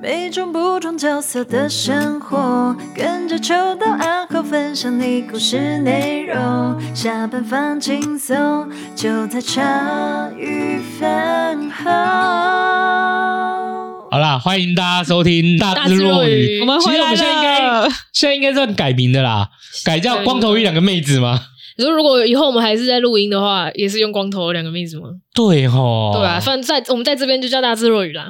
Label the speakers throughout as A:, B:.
A: 每种不同角色的生活，跟着秋到暗号分享你故事内容。下班放轻松，就在茶余饭后。
B: 好啦，欢迎大家收听《大智若愚》。
C: 我们
B: 其
C: 回
B: 实我
C: 来
B: 们现在应
C: 了
B: 该。现在应该算改名的啦，改叫“光头一两个妹子”吗？
C: 你说如果以后我们还是在录音的话，也是用光头两个妹子吗？
B: 对吼，
C: 对啊，反正在我们在这边就叫大智若愚啦。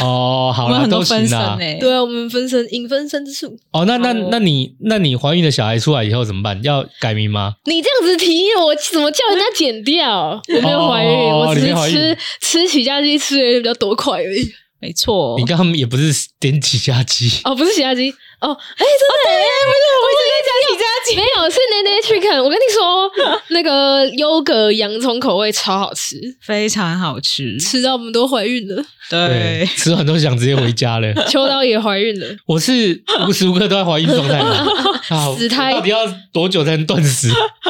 B: 哦，好
D: 我们
B: 啦，
D: 很多
B: 都
D: 分
B: 行
D: 身欸
B: 啦。
D: 诶、
C: 对啊，我们分身引分身之术。
B: 哦，那那
C: 好哦
B: 那你那你怀孕的小孩出来以后怎么办？要改名吗？
C: 你这样子提议，我怎么叫人家剪掉？我没有怀孕，
B: 哦
C: 我只
B: 你没
C: 是
B: 怀孕
C: 吃吃起家鸡吃的比较多块而已。
D: 没错
B: 你，刚刚也不是点起下机，
C: 哦，不是起家鸡，哦，哎、真的、哎、不是，我是跟你讲起家鸡，没有是 Nene Chicken。我跟你说，那个优格洋葱口味超好吃，
D: 非常好吃。
C: 吃到我们都怀孕了，
B: 对，
D: 呃对，
B: 吃完都想直接回家 了。
C: 秋刀也怀孕了。
B: 我是无时无刻都在怀孕状态嘛，啊
C: 死胎
B: 到底要多久才能断食？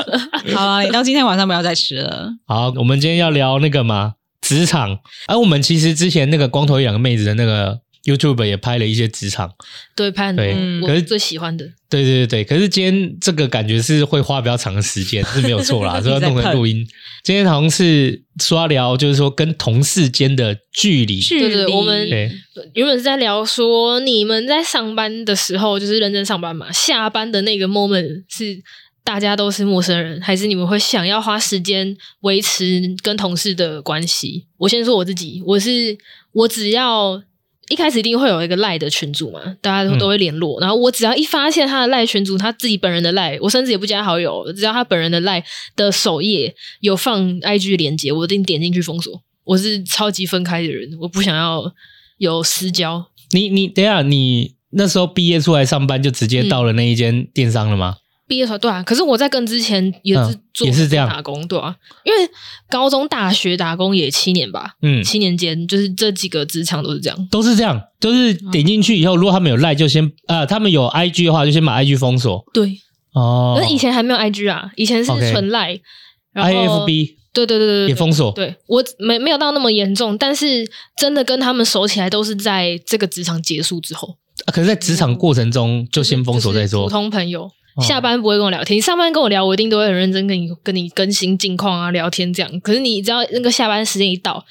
D: 好啊，你到今天晚上不要再吃了。
B: 好，我们今天要聊那个嘛，职场。而、我们其实之前那个光头一两个妹子的那个 YouTube 也拍了一些职场，
C: 对，潘，
B: 对
C: 嗯
B: 可
C: 我
B: 是
C: 最喜欢的。
B: 对对对对。可是今天这个感觉是会花比较长的时 间，是没有错啦，所以要弄成录音。今天好像是说要聊，就是说跟同事间的距离。
C: 对对，我们
B: 对
C: 原本是在聊说，你们在上班的时候就是认真上班嘛，下班的那个 moment 是大家都是陌生人，还是你们会想要花时间维持跟同事的关系？我先说我自己，我是我只要。一开始一定会有一个赖的群组嘛，大家都
B: 嗯
C: 都会联络。然后我只要一发现他的赖群组，他自己本人的赖，我甚至也不加好友，只要他本人的赖的首页有放 IG 连接，我一定点进去封锁。我是超级分开的人，我不想要有私交。
B: 你你等一下，你那时候毕业出来上班就直接到了那一间电商了吗？
C: 毕业的时候对啊，可是我在跟之前也是
B: 嗯
C: 做、
B: 也是这样
C: 打工，对啊，因为高中、大学打工也七年吧，
B: 嗯，
C: 七年间就是这几个职场都是这样。
B: 都是这样，就是点进去以后，如果他们有赖，就先呃，他们有 IG 的话，就先把 IG 封锁。
C: 对，
B: 哦
C: 可是以前还没有 IG 啊，以前是
B: OK
C: 纯赖，然后
B: IFB
C: 对对对对对
B: 也封锁。
C: 对我没没有到那么严重，但是真的跟他们熟起来都是在这个职场结束之后，
B: 啊可是，在职场过程中就先封锁再
C: 嗯就是
B: 说
C: 普。通朋友
B: 哦
C: 下班不会跟我聊天，你上班跟我聊，我一定都会很认真跟你跟你更新近况啊，聊天这样。可是你只要那个下班时间一到，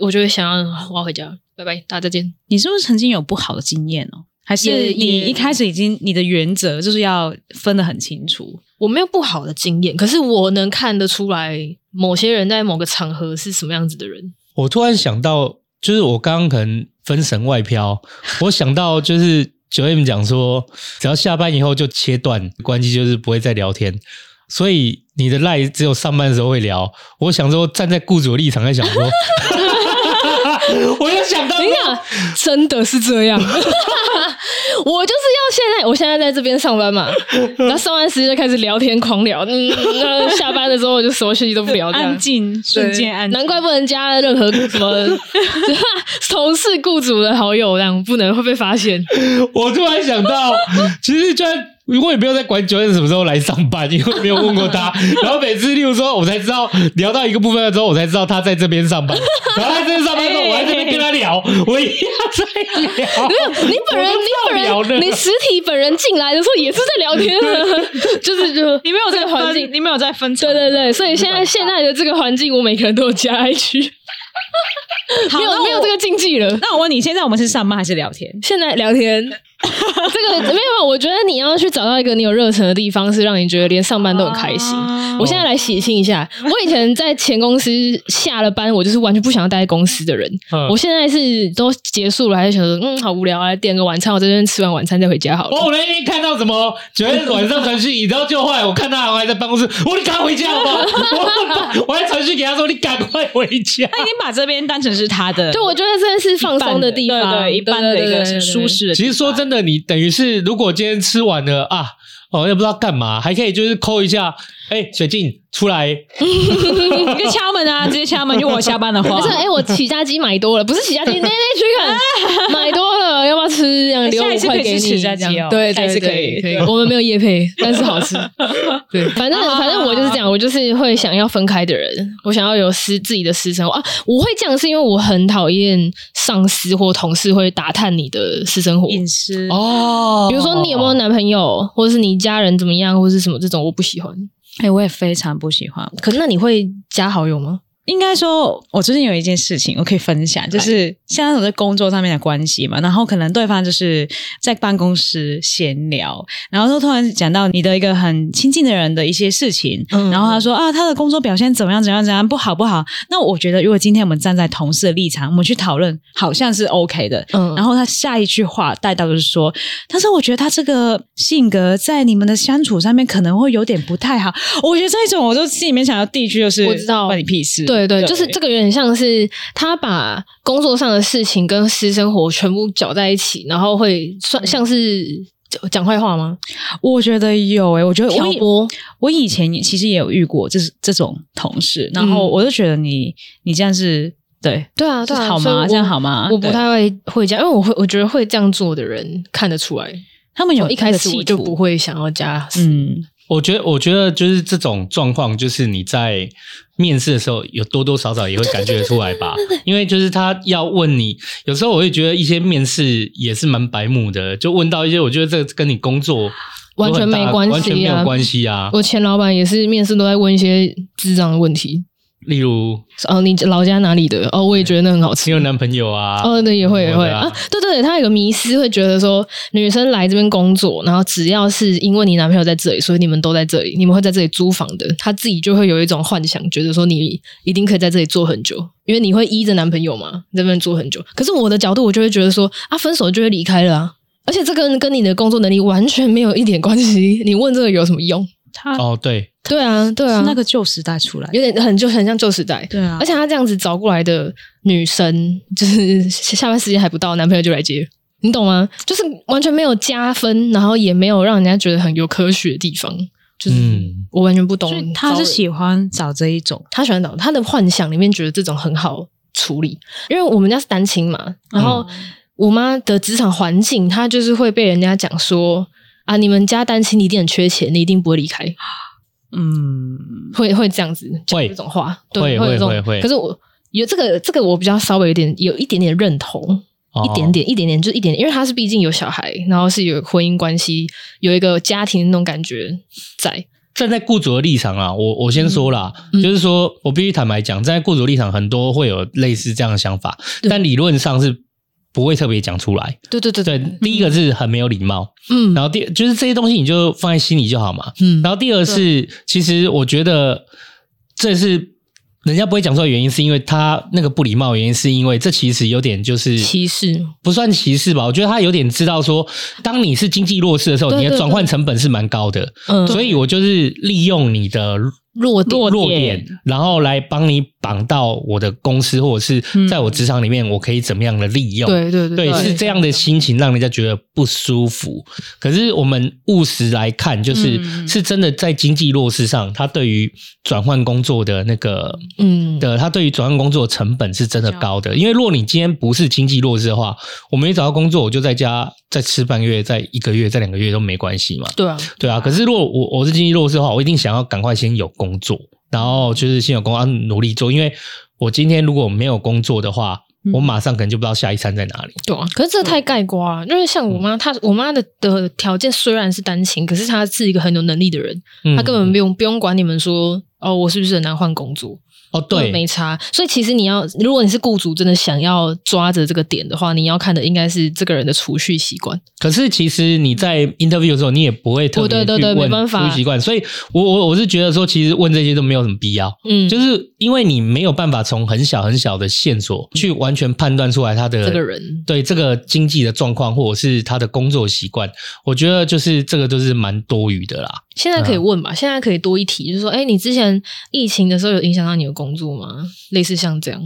C: 我就会想要我要回家，拜拜，大家再见。
D: 你是不是曾经有不好的经验哦？还是
C: 也
D: 你
C: 也
D: 一开始已经你的原则就是要分得很清楚？
C: 我没有不好的经验，可是我能看得出来某些人在某个场合是什么样子的人。
B: 我突然想到，就是我刚刚可能分神外飘，我想到就是九 M 讲说，只要下班以后就切断关系，就是不会再聊天。所以你的赖只有上班的时候会聊。我想说，站在雇主的立场在想说， 我就想到
C: 等一下，真的是这样。我就是要现在，我现在在这边上班 嘛，然后上班时间就开始聊天狂聊，嗯，那下班的时候我就什么讯息都不聊，这样
D: 安静，瞬间安静。
C: 难怪不能加任何什么 同事、雇主的好友，这样不能会被发现。
B: 我突然想到， 其实就算我也没有在管九点什么时候来上班，因为没有问过他。然后每次，例如说，我才知道聊到一个部分了之后，我才知道他在这边上班。然后他在这边上班之后，我在这边跟他聊，我一样在聊。
C: 你本人，
B: 我都
C: 你
B: 不
C: 本
B: 知道聊
C: 人，
B: 呢
C: 你实体本人进来的时候也是在聊天的，就是就
D: 你没有
C: 这
D: 在
C: 个环
D: 分，
C: 境。
D: 你没有在分层。
C: 对对对，所以现在现在的这个环境，我每个人都有加 IG，
D: 好
C: 没有
D: 那
C: 没有
D: 我
C: 这个禁忌了。
D: 那我问你，现在我们是上班还是聊天？
C: 现在聊天， 这个没有没有，我觉得你要去找到一个你有热忱的地方，是让你觉得连上班都很开心。
D: 啊
C: 我现在来洗清一下，我以前在前公司下了班，我就是完全不想要待在公司的人。
B: 嗯
C: 我现在是都结束了，还是想说，嗯，好无聊啊，来点个晚餐，我在这边吃完晚餐再回家好了。
B: 哦，我那天看到什么九点晚上传讯，你知道就后来我看他还在办公室，我说你赶快回家好不好？我我还传讯给他说你赶快回家。
D: 他已经把这边当成是他的，
C: 就我觉得这是放松的地方，
D: 对对，一般的一
C: 对对对
D: 个
C: 对
D: 舒适的地
B: 其
D: 方。
B: 实说真的，你等于是如果今天吃完了啊，哦，也不知道干嘛，还可以就是抠一下，哎、水镜出来，
D: 你可以敲门啊，直接敲门。就我下班的话
C: 而，且，哎、我起家鸡买多了，不是起家鸡，那那去看买多了，要不要吃？这样人留
E: 下
C: 五
E: 一次
C: 块
E: 可以
C: 给
E: 去
C: 你
E: 吃炸酱
C: 这样对
E: 下一
C: 对
E: 次可
C: 对，
E: 以
C: 可以。我们没有夜配，但是好吃。对，反正反正我就是这样，我就是会想要分开的人，我想要有私自己的私生活啊。我会这样是因为我很讨厌上司或同事会打探你的私生活。
D: 隐私
B: 哦，
C: 比如说你有没有男朋友，或者是你家人怎么样，或是什么这种，我不喜欢。
D: 哎、我也非常不喜欢。
C: 可是那你会加好友吗？
D: 应该说，我最近有一件事情我可以分享，就是现在我在工作上面的关系嘛，然后可能对方就是在办公室闲聊，然后就突然讲到你的一个很亲近的人的一些事情，
C: 嗯
D: 然后他说啊，他的工作表现怎么样怎么样怎么样不好不好。那我觉得，如果今天我们站在同事的立场，我们去讨论，好像是 OK 的。
C: 嗯
D: 然后他下一句话带到就是说，但是我觉得他这个性格在你们的相处上面可能会有点不太好。我觉得这一种，我就心里面想到第一句就是，
C: 我知道
D: 关你屁事。
C: 对对，就是这个有点像是他把工作上的事情跟私生活全部搅在一起，然后会算像是讲讲坏话吗？
D: 我觉得有欸诶、我觉得我
C: 挑
D: 以
C: 拨，
D: 我以前也其实也有遇过这这种同事，然后
C: 嗯
D: 我就觉得你你这样是对
C: 对啊，对啊，
D: 是好
C: 所以
D: 吗？
C: 我
D: 这样好吗？
C: 我不
D: 对
C: 太会会这样，因为我会我觉得会这样做的人看得出来，
D: 他们有
C: 我一开
D: 那
C: 始
D: 个
C: 我
D: 企
C: 就
D: 图
C: 不会想要加私。
D: 嗯，
B: 我觉得，我觉得就是这种状况，就是你在面试的时候，有多多少少也会感觉得出来吧。因为就是他要问你，有时候我会觉得一些面试也是蛮白目的，就问到一些我觉得这跟你工作
C: 完全
B: 有很大
C: 没关系啊哦
B: 完全没有关系啊。
C: 我前老板也是面试都在问一些智障的问题，
B: 例如
C: 哦，你老家哪里的？哦，我也觉得那很好吃。
B: 你有男朋友啊，
C: 哦，对，也会也会
B: 对啊
C: 啊，对对对，他有个迷思，会觉得说女生来这边工作，然后只要是因为你男朋友在这里，所以你们都在这里，你们会在这里租房的，他自己就会有一种幻想，觉得说你一定可以在这里做很久，因为你会依着男朋友嘛，在这边做很久。可是我的角度，我就会觉得说啊，分手就会离开了啊，而且这跟跟你的工作能力完全没有一点关系，你问这个有什么用？
D: 他
B: 哦，对，
C: 对啊，对啊
D: 是，那个旧时代出来的，
C: 有点很就很像旧时代。
D: 对啊
C: 而且他这样子找过来的女生，就是下班时间还不到，男朋友就来接，你懂吗？就是完全没有加分，然后也没有让人家觉得很有科学的地方，就是
B: 嗯
C: 我完全不懂
D: 所以。
C: 招
D: 他
C: 人
D: 是喜欢找这一种，
C: 他喜欢找他的幻想里面觉得这种很好处理，因为我们家是单亲嘛，然后我妈的职场环境，她就是会被人家讲说啊，你们家单亲，你一定很缺钱，你一定不会离开。
D: 嗯，
C: 会会这样子讲
B: 会
C: 这种话，对，
B: 会
C: 有这种
B: 会会会
C: 可是我有这个这个，我比较稍微有点有一点点认同，
B: 哦
C: 一点点一点点，就是一点点，因为他是毕竟有小孩，然后是有婚姻关系，有一个家庭那种感觉在。
B: 站在雇主的立场啊，我我先说啦，
C: 嗯
B: 就是说我必须坦白讲，站在雇主的立场，很多会有类似这样的想法，
C: 对
B: 但理论上是不会特别讲出来。
C: 对对对
B: 对，第一个是很没有礼貌，
C: 嗯
B: 然后第就是这些东西你就放在心里就好嘛。
C: 嗯
B: 然后第二是，其实我觉得这是人家不会讲出来的原因，是因为他那个不礼貌的原因，是因为这其实有点就是
C: 歧视，
B: 不算歧视吧？我觉得他有点知道说，当你是经济弱势的时候，
C: 对
B: 你的
C: 对
B: 转换成本是蛮高的，
C: 嗯，
B: 所以我就是利用你的
C: 弱点
B: 弱
D: 弱点
B: 点，然后来帮你绑到我的公司或者是
D: 嗯
B: 在我职场里面，我可以怎么样的利用？
C: 对对
B: 对，是这样的心情让人家觉得不舒服。可是我们务实来看，就是、
D: 嗯
B: 是真的在经济弱势上，他对于转换工作的那个。
C: 嗯
B: 的，他对于转换工作的成本是真的高的，因为如果你今天不是经济弱势的话，我没找到工作，我就在家再吃半个月、再一个月、再两个月都没关系嘛。
C: 对啊，
B: 对啊，可是如果我我是经济弱势的话，我一定想要赶快先有工作，然后就是先有工作，啊努力做，因为我今天如果没有工作的话，
D: 嗯
B: 我马上可能就不知道下一餐在哪里。
C: 对啊，可是这太盖瓜了，因为像我
B: 嗯
C: 妈，她我妈的的条件虽然是单亲，可是她是一个很有能力的人，
B: 嗯
C: 她根本不用不用管你们说哦，我是不是很难换工作，
B: 哦，
C: 根本没
B: 对，
C: 差。所以其实你要，如果你是雇主，真的想要抓着这个点的话，你要看的应该是这个人的储蓄习惯。
B: 可是其实你在 interview 的时候，你也不会特别
C: 哦对对
B: 去
C: 对没
B: 问
C: 办法
B: 服务习惯，所以我我我是觉得说，其实问这些都没有什么必要，
C: 嗯，
B: 就是是因为你没有办法从很小很小的线索去完全判断出来他的
C: 这个人
B: 对这个经济的状况，或者是他的工作习惯，我觉得就是这个都是蛮多余的啦。
C: 现在可以问吧，现在可以多一题，就是说，哎，你之前疫情的时候有影响到你的工作吗？类似像这样，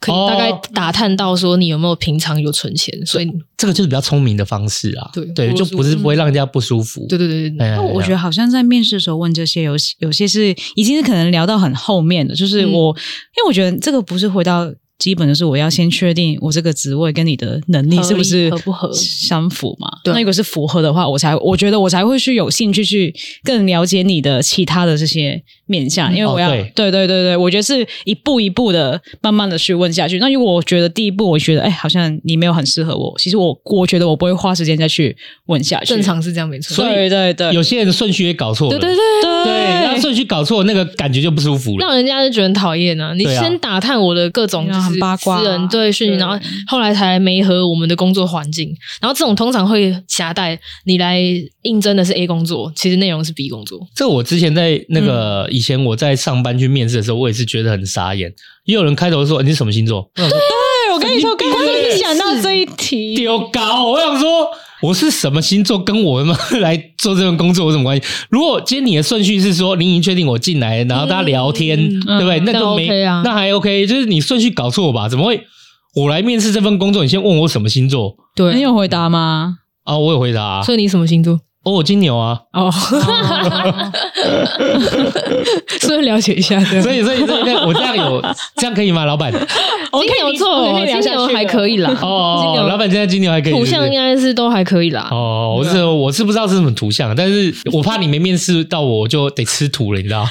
C: 可以
B: 哦
C: 大概打探到说你有没有平常有存钱，所以
B: 这个就是比较聪明的方式啊，
C: 对
B: 对，
C: 不
B: 就
C: 舒
B: 不是
C: 服
B: 不会让人家不舒服。
C: 嗯对对对对对，
B: 哎，
D: 那
B: 哎
D: 我觉
B: 哎
D: 得好像在面试的时候问这些，有些有些是已经是可能聊到很后面的，就是
C: 嗯
D: 我，因为我觉得这个不是回到基本就是我要先确定我这个职位跟你的能力是不是
C: 合理合不合
D: 相符嘛。
C: 对
D: 那如果是符合的话，我才我觉得我才会去有兴趣去更了解你的其他的这些面
C: 嗯
D: 向，因为
B: 哦
D: 我要、
B: 对
D: 对对对对，我觉得是一步一步的慢慢的去问下去。那如果我觉得第一步，我觉得哎，好像你没有很适合我，其实我我觉得我不会花时间再去问下去。
C: 正，常是这样没错。
B: 所以
D: 对对对，
B: 有些人顺序也搞错了，
C: 对对对，
D: 对
B: 对，然后顺序搞错，那个感觉就不舒服了。
C: 让人家就觉得很讨厌啊！你
B: 对啊
C: 先打探我的各种
D: 对
C: 就
D: 啊
C: 是
D: 很八卦啊
C: 私人对讯息，
D: 对
C: 然后后来才没合我们的工作环境，然后这种通常会夹带你来应征的是 A 工作，其实内容是 B 工作。
B: 这我之前在那个、
C: 嗯
B: 以前我在上班去面试的时候，我也是觉得很傻眼。也有人开头说你是什么星座，我想说
D: 对，我跟你说，刚刚一想到这一题，
B: 丢高，我想说我是什么星座，跟我们来做这份工作有什么关系？如果今天你的顺序是说你已经确定我进来，然后大家聊天，
C: 嗯
B: 对不对？
D: 嗯
B: 那就没
C: 那 OK 啊
B: 那还 OK，就是你顺序搞错吧？怎么会我来面试这份工作，你先问我什么星座
C: 对，
D: 你有回答吗？
B: 啊？我有回答、啊，
C: 所以你什么星 座？
B: 哦，我金牛啊。
D: 哦，
C: 所以了解一下，对
B: 所以，所以，所以，那我这样有这样可以吗，老板？
D: 我
C: 金牛
D: 我哦可
C: 座，
D: 以
C: 金
D: 聊下去
C: 牛
D: 了
C: 还可以啦，金
B: 哦，
C: 牛
B: 老板现在金牛还可以，
C: 土
B: 是
C: 象
B: 不
C: 应
B: 是
C: 该是都还可以啦。
B: 哦，我是我是不知道是什么图像，但是我怕你没面试到我，我就得吃土了，你知道？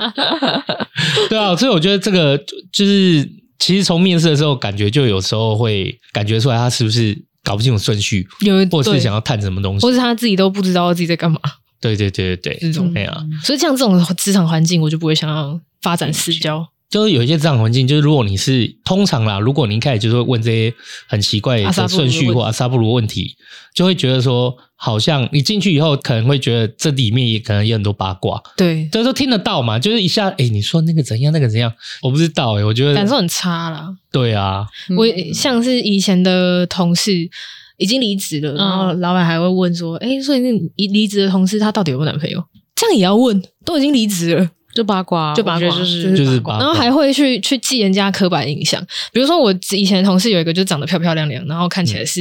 B: 对啊，所以我觉得这个就是，其实从面试的时候，感觉就有时候会感觉出来他是不是搞不清楚顺序，
C: 有
B: 或者
C: 对
B: 是想要探什么东西
C: 或。是他自己都不知道自己在干嘛，
B: 对对对对对，
C: 这种
B: 哎呀，
C: 所以像这种职场环境，我就不会想要发展私交。
B: 就是有一些职场环境，就是如果你是通常啦，如果你一开始就是会问这些很奇怪
C: 阿萨
B: 的
C: 布鲁
B: 顺
C: 的
B: 序
C: 问题
B: 或阿萨布鲁的问题，就会觉得说，好像你进去以后，可能会觉得这里面也可能有很多八卦，
C: 对，
B: 就是说听得到嘛，就是一下，哎、你说那个怎样，那个怎样，我不知道、哎，我觉得
C: 感受很差啦。
B: 对啊，
D: 嗯
C: 我像是以前的同事已经离职了，
D: 嗯
C: 然后老板还会问说：“哎、所以那你离职的同事他到底有没有男朋友？”这样也要问，都已经离职了，
D: 就八卦，
C: 就八卦
D: 我觉得就是
B: 就是八卦
C: 然后还会去去记人家刻板印象。比如说我以前的同事有一个就长得漂漂亮亮，然后看起来是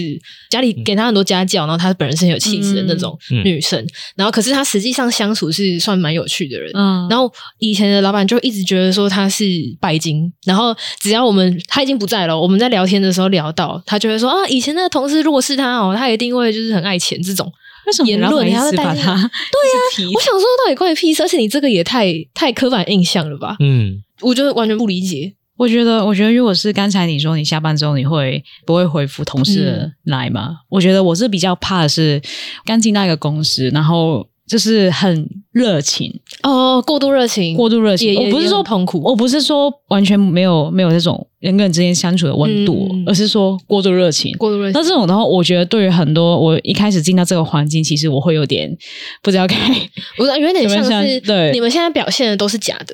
C: 家里给她很多家教，然后她本人是很有气质的那种
B: 嗯嗯嗯
C: 女生，然后可是她实际上相处是算蛮有趣的人，
D: 嗯，
C: 然
D: 后
C: 后以前的老板就一直觉得说他是拜金，然后只要我们他已经不在了，我们在聊天的时候聊到，他就会说啊，以前那个同事如果是他哦，他一定会就是很爱钱这种。
D: 为什么
C: 言
D: 老
C: 论
D: 板
C: 你
D: 一
C: 还要
D: 直
C: 带
D: 把
C: 进
D: 它
C: 来
D: 对
C: 我想说到底关你屁事，而且你这个也太太刻板印象了吧？
B: 嗯，
C: 我就完全不理解。
D: 我觉得，我觉得如果是刚才你说你下班之后你会不会回复同事的来吗？我觉得我是比较怕的是刚进到一个公司，然后就是很热情，
C: 哦，过度热情，
D: 过度热
C: 也
D: 情。
C: 也
D: 我不是
C: 也
D: 说
C: 很痛苦
D: 我不是说完全没有没有这种人跟人之间相处的温度，
C: 嗯
D: 而是说过度热情。
C: 过度热情
D: 那。这种的话，我觉得对于很多我一开始进到这个环境，其实我会有点不知道该
C: 我有点像
D: 有点
C: 是
D: 像对
C: 你们现在表现的都是假的，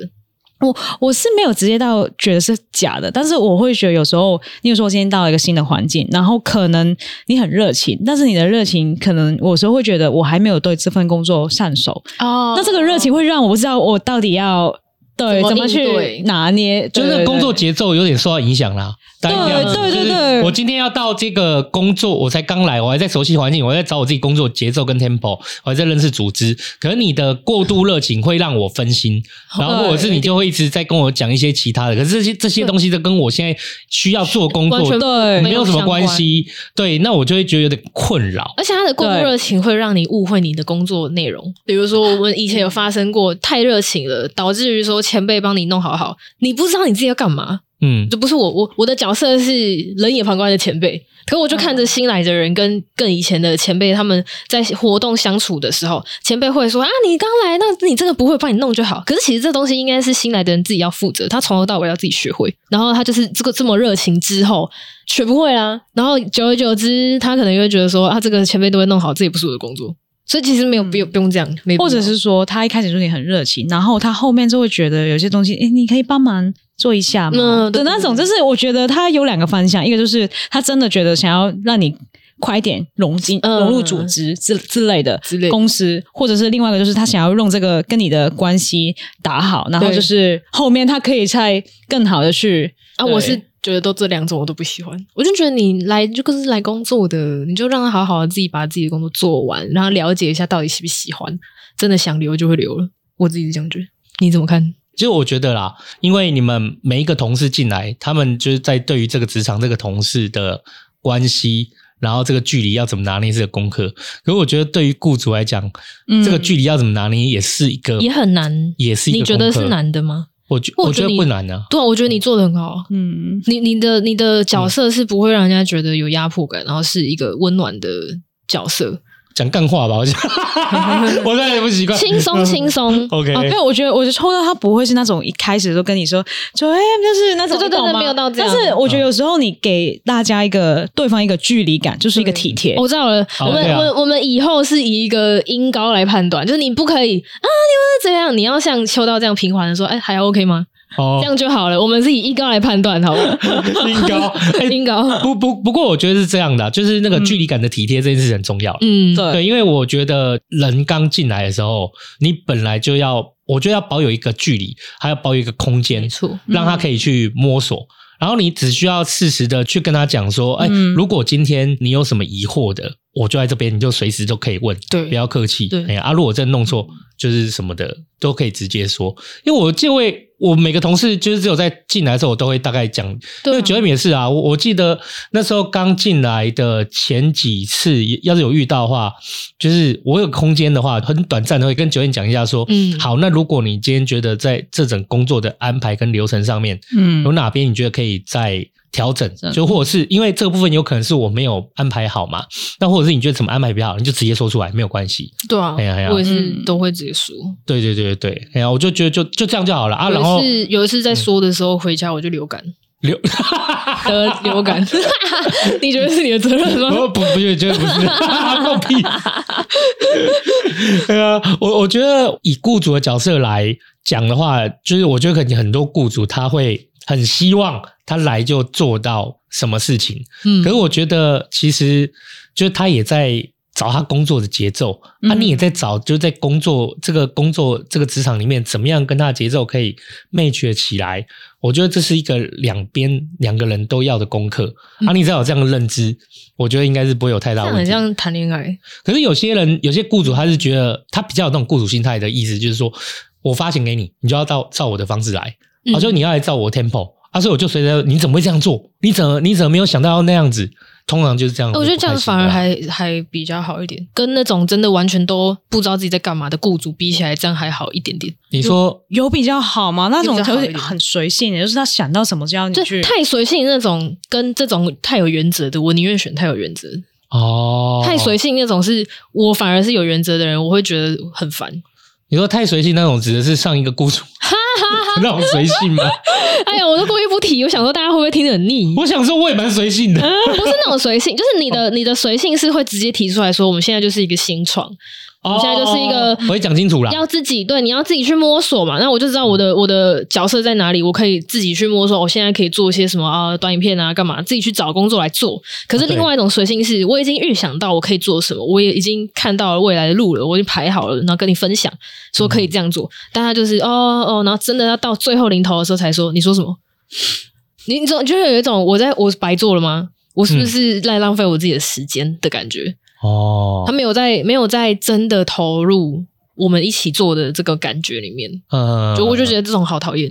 D: 我我是没有直接到觉得是假的，但是我会觉得有时候，例如说我今天到了一个新的环境，然后可能你很热情，但是你的热情可能我有时候会觉得我还没有对这份工作上手，
C: 哦
D: 那这个热情会让我不知道我到底要对
C: 怎么
D: 怎么
C: 应对
D: 去拿捏，
B: 就是那
D: 对
B: 个工作。
D: 对对
B: 节奏有点受到影响啦。对
D: 对对对对
B: 我今天要到这个工作，我才刚来，我还在熟悉环境，我还在找我自己工作节奏跟 tempo，我还在认识组织。可能你的过度热情会让我分心，然后或者是你就会一直在跟我讲一些其他的，可是这些这些东西都跟我现在需要做工
C: 完全
B: 作
D: 对
B: 没有什么
C: 相关
B: 关。系。对，那我就会觉得有点困扰。
C: 而且他的过度
D: 对
C: 热情会让你误会你的工作内容，比如说我们以前有发生过太热情了，导致于说前辈帮你弄好好，你不知道你自己要干嘛。
B: 嗯，
C: 这不是我，我我的角色是冷眼旁观的前辈，可我就看着新来的人跟更以前的前辈他们在活动相处的时候，前辈会说啊，你刚来，那你这个不会，我帮你弄就好。可是其实这东西应该是新来的人自己要负责，他从头到尾要自己学会。然后他就是这个这么热情之后，学不会啦。然后久而久之，他可能就会觉得说啊，这个前辈都会弄好，这也不是我的工作。所以其实没有不用不用这样，没必要
D: 嗯或者是说，他一开始对你很热情，然后他后面就会觉得有些东西，诶，你可以帮忙做一下嘛
C: 嗯对
D: 的那种。就是我觉得他有两个方向，一个就是他真的觉得想要让你快一点融进、
C: 嗯
D: 融入组织之之类的
C: 之类的
D: 公司，或者是另外一个就是他想要用这个跟你的关系打好，然后
C: 对
D: 就是后面他可以再更好的去
C: 啊，我是觉得都这两种我都不喜欢。我就觉得你来就跟是来工作的，你就让他好好的自己把自己的工作做完，然后了解一下到底喜不喜欢。真的想留就会留了，我自己是这样觉得。你怎么看？
B: 就我觉得啦，因为你们每一个同事进来，他们就是在对于这个职场、这个同事的关系，然后这个距离要怎么拿捏是个功课。可是我觉得对于雇主来讲，
D: 嗯
B: 这个距离要怎么拿捏也是一个
C: 也很难
B: 也是一
C: 你
B: 个
C: 觉得
B: 功课
C: 是难的吗？
B: 我觉
C: 我
B: 我
C: 觉
B: 觉
C: 得
B: 得
C: 你
B: 不难啊。
C: 对啊，我觉得你做的很好啊。
D: 嗯，
C: 你你的你的角色是不会让人家觉得有压迫感，然后是一个温暖的角色，
B: 讲干话吧，我讲， 我当然也不习惯，。
C: 轻松轻松
B: OK，
D: 哦，对，我觉得，我觉得抽到他不会是那种一开始都跟你说九 M 就是那种，
C: 对对对
D: 你懂吗
C: 没有到这样
D: 但是我觉得有时候你给大家一个对方一个距离感，就是一个
C: 对
D: 体贴。
C: 我知道了，
B: 哦
C: 我们
B: 对啊
C: 我们我们以后是以一个音高来判断，就是你不可以啊，你们这样，你要像秋刀这样平缓的说，哎，还 OK 吗？
B: 哦
C: 这，样就好了。我们是以音高来判断，好吧？
B: 音 高， 哎
C: 音高，
B: 不不，不过我觉得是这样的啊，就是那个
D: 嗯
B: 距离感的体贴这件事很重要。
C: 嗯，
D: 对，
B: 对，因为我觉得人刚进来的时候，你本来就要，我觉得要保有一个距离，还要保有一个空
C: 没
B: 间，
C: 错，嗯
B: 让他可以去摸索。然后你只需要适时的去跟他讲说，哎、
D: 嗯
B: 如果今天你有什么疑惑的，我就在这边，你就随时都可以问，
C: 对
B: 不要客气。
C: 对
B: 哎呀啊，如果真的弄错就是什么的，都可以直接说。因为我这位，我每个同事就是只有在进来的时候，我都会大概讲
C: 对
B: 因
C: 啊
B: 为九点也是啊，我我记得那时候刚进来的前几次，要是有遇到的话，就是我有空间的话，很短暂的会跟九点讲一下说，
C: 嗯
B: 好，那如果你今天觉得在这整工作的安排跟流程上面，
D: 嗯
B: 有哪边你觉得可以再调整
C: 啊
D: 整，
B: 就或者是因为这个部分有可能是我没有安排好嘛，那或者是你觉得怎么安排比较好，你就直接说出来，没有关系。
C: 对啊
B: 哎呀哎呀，
C: 我也是
D: 嗯
C: 都会直接说。
B: 对对对对对，哎呀，我就觉得就就这样就好了啊，然后
C: 有一次有一次在说的时候回家我就流感，
B: 流。
C: 得流感， 你觉得是你的责任吗？
B: 哦不不不，绝对不是，放屁！ 对啊，我我觉得以雇主的角色来讲的话，就是我觉得肯定很多雇主他会很希望他来就做到什么事情，
C: 嗯
B: 可是我觉得其实就是他也在。找他工作的节奏，啊，
D: 嗯
B: 你也在找，就在工作这个工作这个职场里面，怎么样跟他的节奏可以 match 起来？我觉得这是一个两边两个人都要的功课。啊，你只要有这样的认知，我觉得应该是不会有太
C: 这
B: 大
C: 样
B: 问
C: 很
B: 题。
C: 嗯像谈恋爱，
B: 可是有些人，有些雇主他是觉得他比较有那种雇主心态的意思，就是说我发钱给你，你就要照照我的方式来，
C: 嗯
B: 啊，就你要来照我 tempo，啊，所以我就随着你怎么会这样做？你怎么你怎么没有想到要那样子？通常就是这样，
C: 我觉得这样
B: 不太行
C: 反而
B: 的啊
C: 还还比较好一点，跟那种真的完全都不知道自己在干嘛的雇主比起来，这样还好一点点。
B: 你说
D: 有比较好吗？那种
C: 有比较好
D: 就
C: 一
D: 是
C: 点
D: 很随性的，就是他想到什么就要你
C: 就
D: 去。
C: 太随性那种，跟这种太有原则的，我宁愿选太有原则、
B: 哦，
C: 太随，性那种是，我反而是有原则的人，我会觉得很烦。
B: 你说太随性那种指的是上一个雇主那种随性吗？
C: 哎呀，我都故意不提，我想说大家会不会听得 很腻？
B: 我想说我也蛮随 性的，
C: 不是那种随性，就是你的你的随性是会直接提出来说，我们现在就是一个新创，
B: 我
C: 现在就是一个
B: 哦我会讲清楚啦，嗯
C: 要自己对，你要自己去摸索嘛。那我就知道我的我的角色在哪里，我可以自己去摸索。哦我现在可以做一些什么啊，短影片啊，干嘛？自己去找工作来做。可是
B: 啊对
C: 另外一种随性是，我已经预想到我可以做什么，我也已经看到了未来的路了，我已经排好了，然后跟你分享说可以
B: 嗯
C: 这样做。但他就是哦哦，然后真的要到最后临头的时候才说，你说什么？你你总就会有一种我在我白做了吗？我是不
B: 嗯
C: 是在浪费我自己的时间的感觉？
B: 哦
C: 他，没有在没有在真的投入我们一起做的这个感觉里面，
B: 嗯
C: 就我就觉得这种好讨厌。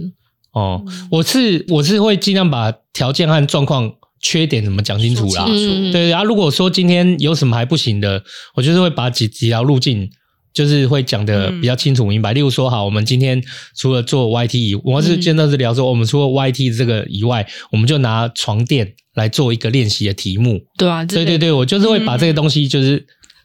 B: 哦，我是我是会尽量把条件和状况、缺点怎么讲清楚啦。
D: 说
B: 对
D: 清
C: 嗯，
B: 对啊，如果说今天有什么还不行的，我就是会把几几条路径。就是会讲的比较清楚明白，例如说，好，我们今天除了做 YT，以我是今天都是聊说，我们除了 YT 这个以外，我们就拿床垫来做一个练习的题目。
C: 对啊，
B: 对对。对，我就是会把这些东西就是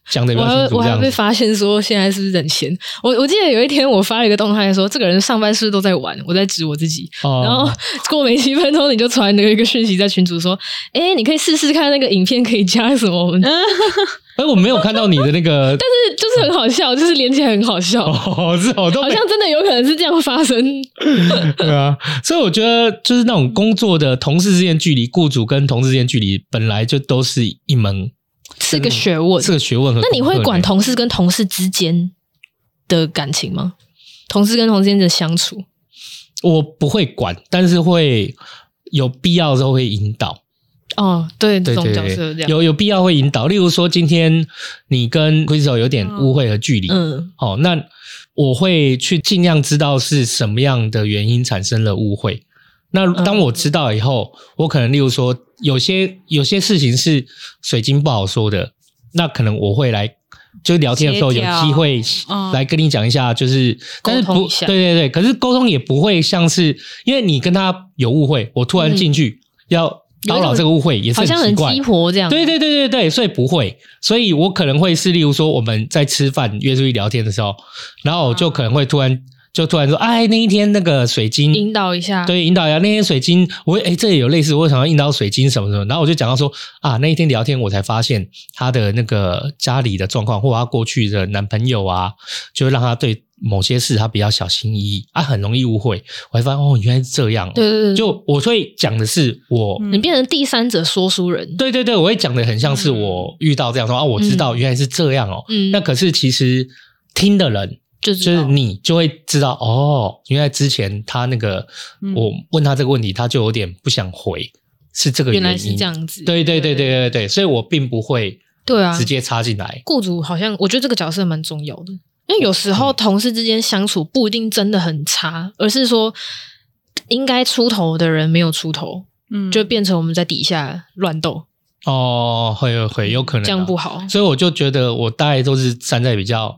B: 讲的比
C: 我
B: 较
C: 还
B: 清
C: 会
B: 楚
C: 我
B: 这
C: 还
B: 样子。
C: 被发现说现在是不是很闲？我我记得有一天我发了一个动态说，这个人上班是不是都在玩？我在指我自己。
B: 哦
C: 然后 过没几分钟你就传了一个讯息在群主说，哎，你可以试试看那个影片可以加什么，但
B: 哎，我没有看到你的那个，
C: 是就是很好笑，就是连起来很好笑，
B: 哦，是我都
C: 好
B: 没
C: 像真的有可能是这样发生。
B: 对啊，所以我觉得就是那种工作的同事之间距离，雇主跟同事之间距离本来就都是一门
C: 是个学问
B: 是个学问和
C: 那你会
B: 功课
C: 管
B: 呢
C: 同事跟同事之间的感情吗？同事跟同事之间的相处，
B: 我不会管，但是会有必要的时候会引导。
C: 哦，对，这
B: 对
C: 种
B: 对
C: 角色
B: 对
C: 这样，
B: 有有必要会引导。例如说，今天你跟 Crystal 有点误会和距离，
C: 嗯
B: 哦，那我会去尽量知道是什么样的原因产生了误会。那
C: 嗯
B: 当我知道以后，我可能例如说，有些有些事情是水晶不好说的，那可能我会来，就是聊天的时候
D: 协
B: 有
D: 调
B: 机会
D: 嗯
B: 来跟你讲一下，就是但是
C: 沟通
B: 不
C: 一下
B: 对对对，可是沟通也不会像是因为你跟他有误会，我突然进去、要
C: 嗯有一
B: 打扰
C: 种
B: 这个误会，也是
C: 好
B: 很
C: 像
B: 奇
C: 很
B: 怪
C: 激。活这样，
B: 对对对对对，所以不会，所以我可能会是，例如说我们在吃饭约出去聊天的时候，然后我
C: 嗯
B: 就可能会突然就突然说，哎，那一天那个水晶，
C: 引导一下，
B: 嗯对，引导呀，那天水晶，我哎这也有类似，我想要引导水晶什么什么，然后我就讲到说啊，那一天聊天我才发现她的那个家里的状况，或她过去的男朋友啊，就让她对某些事她比较小心翼翼，啊，很容易误会，我还发现哦，原来是这样哦，
C: 对对对，
B: 就我会讲的是我。
D: 嗯
C: 你变成第三者说书人，
B: 对对对，我会讲的很像是我遇到这样说、啊，我知道原来是这样哦。
C: 嗯，
B: 那可是其实听的人
C: 就
B: 就
C: 知
B: 是
C: 道
B: 你就会知道哦，原来之前他那个、
D: 嗯
B: 我问他这个问题，他就有点不想回，是这个
C: 原来
B: 因
C: 是这。样子，
B: 对对对对对对，所以我并不会
C: 对啊，
B: 直接插进来。
C: 雇主好像我觉得这个角色蛮重要的，因为有时
B: 嗯
C: 候同事之间相处不一定真的很差，而是说应该出头的人没有出头，
D: 嗯，
C: 就变成我们在底下乱斗，
B: 哦，会会有可能、啊、
C: 嗯这样不好。
B: 所以我就觉得我大概都是站在比较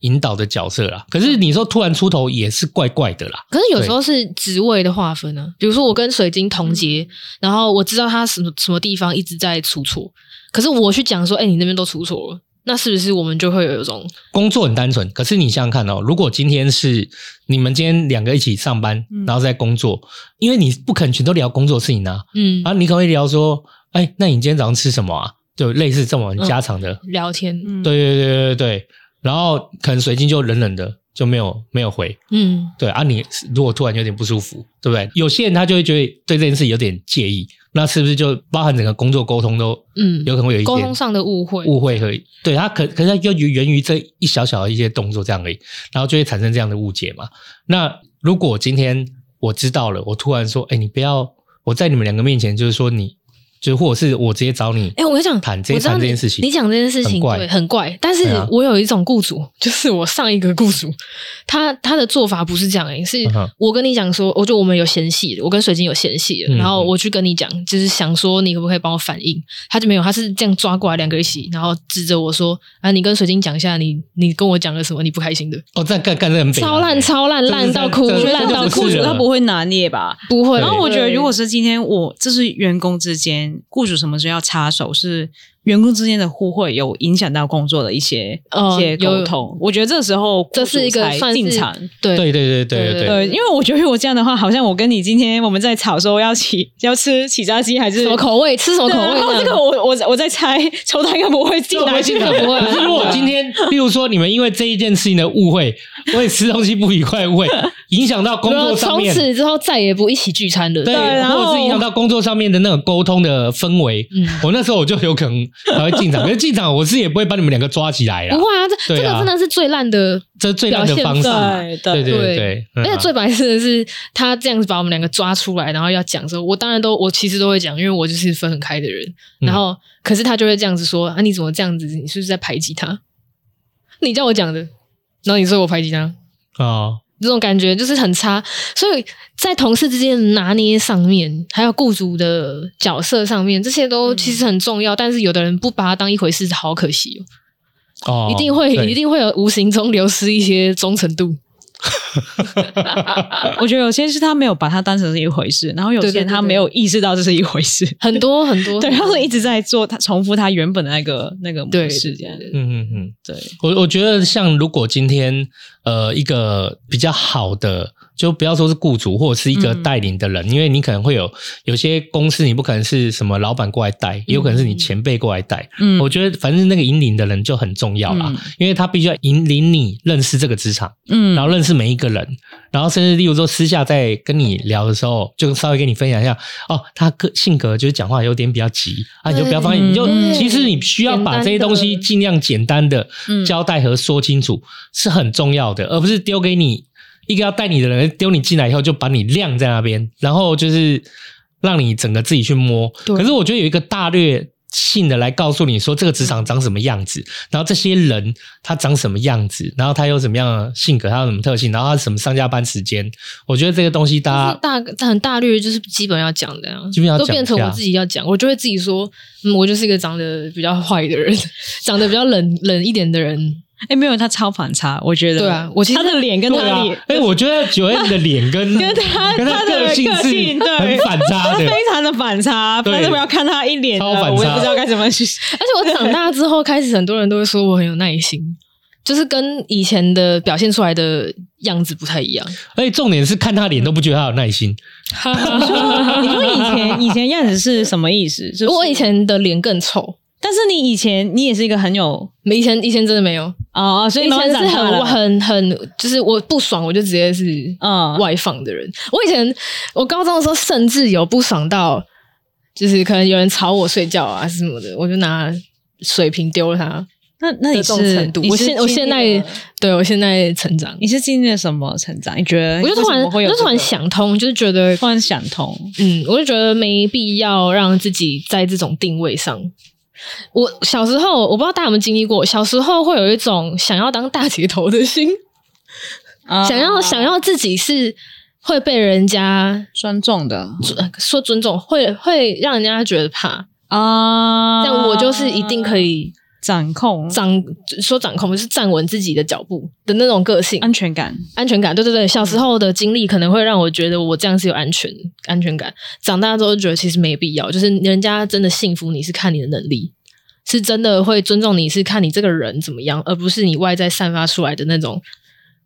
B: 引导的角色啦。可是你说突然出头也是怪怪的啦。
C: 可是有时候是职位的划分呢、啊，比如说我跟水晶同阶，然后我知道他什么什么地方一直在出错，可是我去讲说，哎、你那边都出错了，那是不是我们就会有一种
B: 工作很单纯，可是你想想看哦，如果今天是你们今天两个一起上班，
D: 嗯
B: 然后在工作，因为你不肯全都聊工作的事情啊，
C: 嗯、
B: 然后你可能会聊说，哎，那你今天早上吃什么啊？就类似这种
C: 嗯
B: 很家常的，
C: 聊天？
D: 嗯
B: 对对对对对，然后可能随即就冷冷的就没有没有回，
C: 嗯，
B: 对啊，你如果突然有点不舒服，对不对？有些人他就会觉得对这件事有点介意，那是不是就包含整个工作沟通都
C: 嗯
B: 有可能会有一
C: 沟
B: 点
C: 通上的误会
B: 误会和对他可可是他又源于这一小小的一些动作这样而已，然后就会产生这样的误解嘛。那如果今天我知道了，我突然说，哎，你不要我在你们两个面前，就是说你，就是或者是我直接找你，
C: 哎、我想
B: 谈
C: 讲，
B: 这
C: 我知道
B: 谈这
C: 你
B: 件事情
C: 你讲这件事
B: 很
C: 情
B: 怪
C: 对很怪，但是
B: 对啊
C: 我有一种雇主，就是我上一个雇主，他他的做法不是这样、欸，是
B: 嗯哼
C: 我跟你讲说，我就我们有嫌隙，我跟水晶有嫌隙了，
B: 嗯
C: 然后
B: 嗯
C: 我去跟你讲，就是想说你可不可以帮我反应，他就没有，他是这样抓过来两个一起，然后指着我说啊，你跟水晶讲一下，你你跟我讲了什么，你不开心的，
B: 哦，这干干这很北
C: 超
B: 蓝欸
C: 烂超烂
B: 这
C: 烂
B: 是这
C: 到哭
B: 这
D: 我觉
C: 烂
D: 得
C: 到
B: 这
C: 哭
D: 雇
B: 不是
D: 主
B: 人
D: 他不会拿捏吧？
C: 不会，
B: 对
D: 然后我觉得，
C: 对
D: 如果是今天我这是员工之间，雇主什么时候要插手，是员工之间的互惠有影响到工作的一些、
C: 哦
D: 一些
C: 有
D: 沟通。我觉得这时候雇
C: 这是一
D: 主
C: 个
D: 才
C: 算
D: 进
C: 是
D: 场。
C: 对
B: 对对对对对
C: 对
B: 对，
D: 对，因为我觉得如果这样的话，好像我跟你今天我们在吵说要起要吃起炸鸡还是
C: 什么口味吃什么
D: 对
B: 啊
C: 口味
D: 然后
C: 呢
D: 这个我我我在猜，抽他应该不会进来
B: 这
D: 这
B: 个
D: 个
B: 不会
C: 不会啊
B: 可是如果今天， 例如说你们因为这一件事情的误会，我也吃东西不愉快误会，影响到工
C: 然后
B: 作上
C: 啊从
B: 面，
C: 此之后再也不一起聚餐了，啊
B: 对，
D: 然
B: 或
D: 后
B: 者是影响到工作上面的那种沟通的氛围。
C: 嗯。
B: 我那时候我就有可能才会进场， 可是进场我是也不会把你们两个抓起来啦
C: 不，会啊，这、这
B: 对
C: 个
B: 啊
C: 真的是最烂的，
B: 这是最烂的方式。对对
D: 对
B: 对
D: 对
C: 对
B: 对，嗯
C: 而且最白痴的是他这样子把我们两个抓出来，然后要讲的时候，我当然都我其实都会讲，因为我就是分很开的人。
B: 嗯
C: 然后、可是他就会这样子说：“啊，你怎么这样子？你是不是在排挤他？你叫我讲的，然后你说我排挤他，
B: 哦，
C: 这种感觉就是很差。所以在同事之间的拿捏上面，还有雇主的角色上面，这些
B: 嗯
C: 都其实很重要。但是有的人不把它当一回事，好可惜哦。
B: 哦
C: 一定会
B: 对
C: 一定会有无形中流失一些忠诚度。
D: 我觉得有些是他没有把它当成是一回事，然后有
C: 对
D: 些
C: 对
D: 人
C: 对
D: 他
C: 对
D: 没有意识到这是一回事。
C: 很多很 多，
B: 啊
D: 对，他是一直在做他重复他原本的那个那个
C: 对
D: 模式，这样
C: 对对
B: 嗯嗯嗯，
D: 对。
B: 我我觉得像如果今天呃一个比较好的，就不要说是雇主或者是一个
D: 嗯
B: 带领的人，因为你可能会有有些公司你不可能是什么老板过来带，也有可能是你前辈过来带。
D: 嗯
B: 我觉得反正那个引领的人就很重要啦，
D: 嗯
B: 因为他必须要引领你认识这个职场。
D: 嗯
B: 然后认识每一个人，然后甚至例如说私下在跟你聊的时候，就稍微跟你分享一下哦，他个性格就是讲话有点比较急啊，你就不要放心，
D: 对
B: 你就
D: 嗯
B: 其实你需要把这些东西尽量简单的
D: 嗯
B: 交代和说清楚、是很重要的，而不是丢给你一个要带你的人丢你进来以后就把你晾在那边，然后就是。让你整个自己去摸。
D: 对
B: 可是我觉得有一个大略性的来告诉你说，这个职场长什么样子，然后这些人他长什么样子，然后他有什么样的性格，他有什么特性，然后他什么上下班时间。我觉得这个东西大家
C: 大大很大略就是基本要讲的啊，
B: 基本要
C: 都
B: 讲
C: 变
B: 一
C: 成我
B: 下
C: 自己要讲，我就会自己说，嗯，我就是一个长得比较坏的人， 长得比较冷冷一点的人。
D: 哎、没有，他超反差，我觉得。
C: 对啊我其实
D: 他的脸跟他
B: 对
D: 的
B: 啊
D: 脸，，
B: 哎、我觉得九 M 的脸跟
D: 跟他
B: 跟
D: 他的
B: 个性
D: 个
B: 是
D: 性对
B: 很反差
D: 非
B: 的。
D: 常的反差，
B: 对
D: 但是我要看他一脸的，
B: 超反差
D: 我也不知道该 怎么去。
C: 而且我长大之后，开始很多人都会说我很有耐心，就是跟以前的表现出来的样子不太一 样。
B: 而且重点是看他脸都不觉得他有耐心，
D: 你说以前以前样子是什么意思？就是
C: 我以，前的脸更臭，
D: 但是你以前你也是一个很有
C: 以前以前真的没有，
D: 哦，哦所以
C: 以
D: 慢慢
C: 前是
D: 长大
C: 很
D: 了
C: 很很，就是我不爽我就直接是
D: 嗯
C: 外放的人。我以前我高中的时候，甚至有不爽到，就是可能有人吵我睡觉啊什么的，我就拿水瓶丢了他。
D: 那那你
C: 的这种
D: 是
C: 程度
D: 你
C: 我
D: 是
C: 现我
D: 经历
C: 现在
D: 了
C: 对我现在成长，
D: 你是经历了什么成长？你觉得
C: 我就突
D: 为什
C: 然
D: 么会有
C: 我就
D: 这
C: 突然
D: 个
C: 想通，就是觉得
D: 突然想通，
C: 嗯，我就觉得没必要让自己在这种定位上。我小时候，我不知道大家有没有经历过，小时候会有一种想要当大姐头的心，
D: 啊
C: 想
D: 嗯
C: 要想要自己是会被人家
D: 尊重的
C: 尊呃说尊重，会会让人家觉得怕。
D: 啊，
C: 但我就是一定可以
D: 掌控
C: 掌说掌控，就是站稳自己的脚步的那种个性，
D: 安 全感。
C: 安全感。对对对，小时候的经历可能会让我觉得我这样是有安全安全感，长大之后就觉得其实没必要，就是人家真的幸福你是看你的能力，是真的会尊重你是看你这个人怎么样，而不是你外在散发出来的那种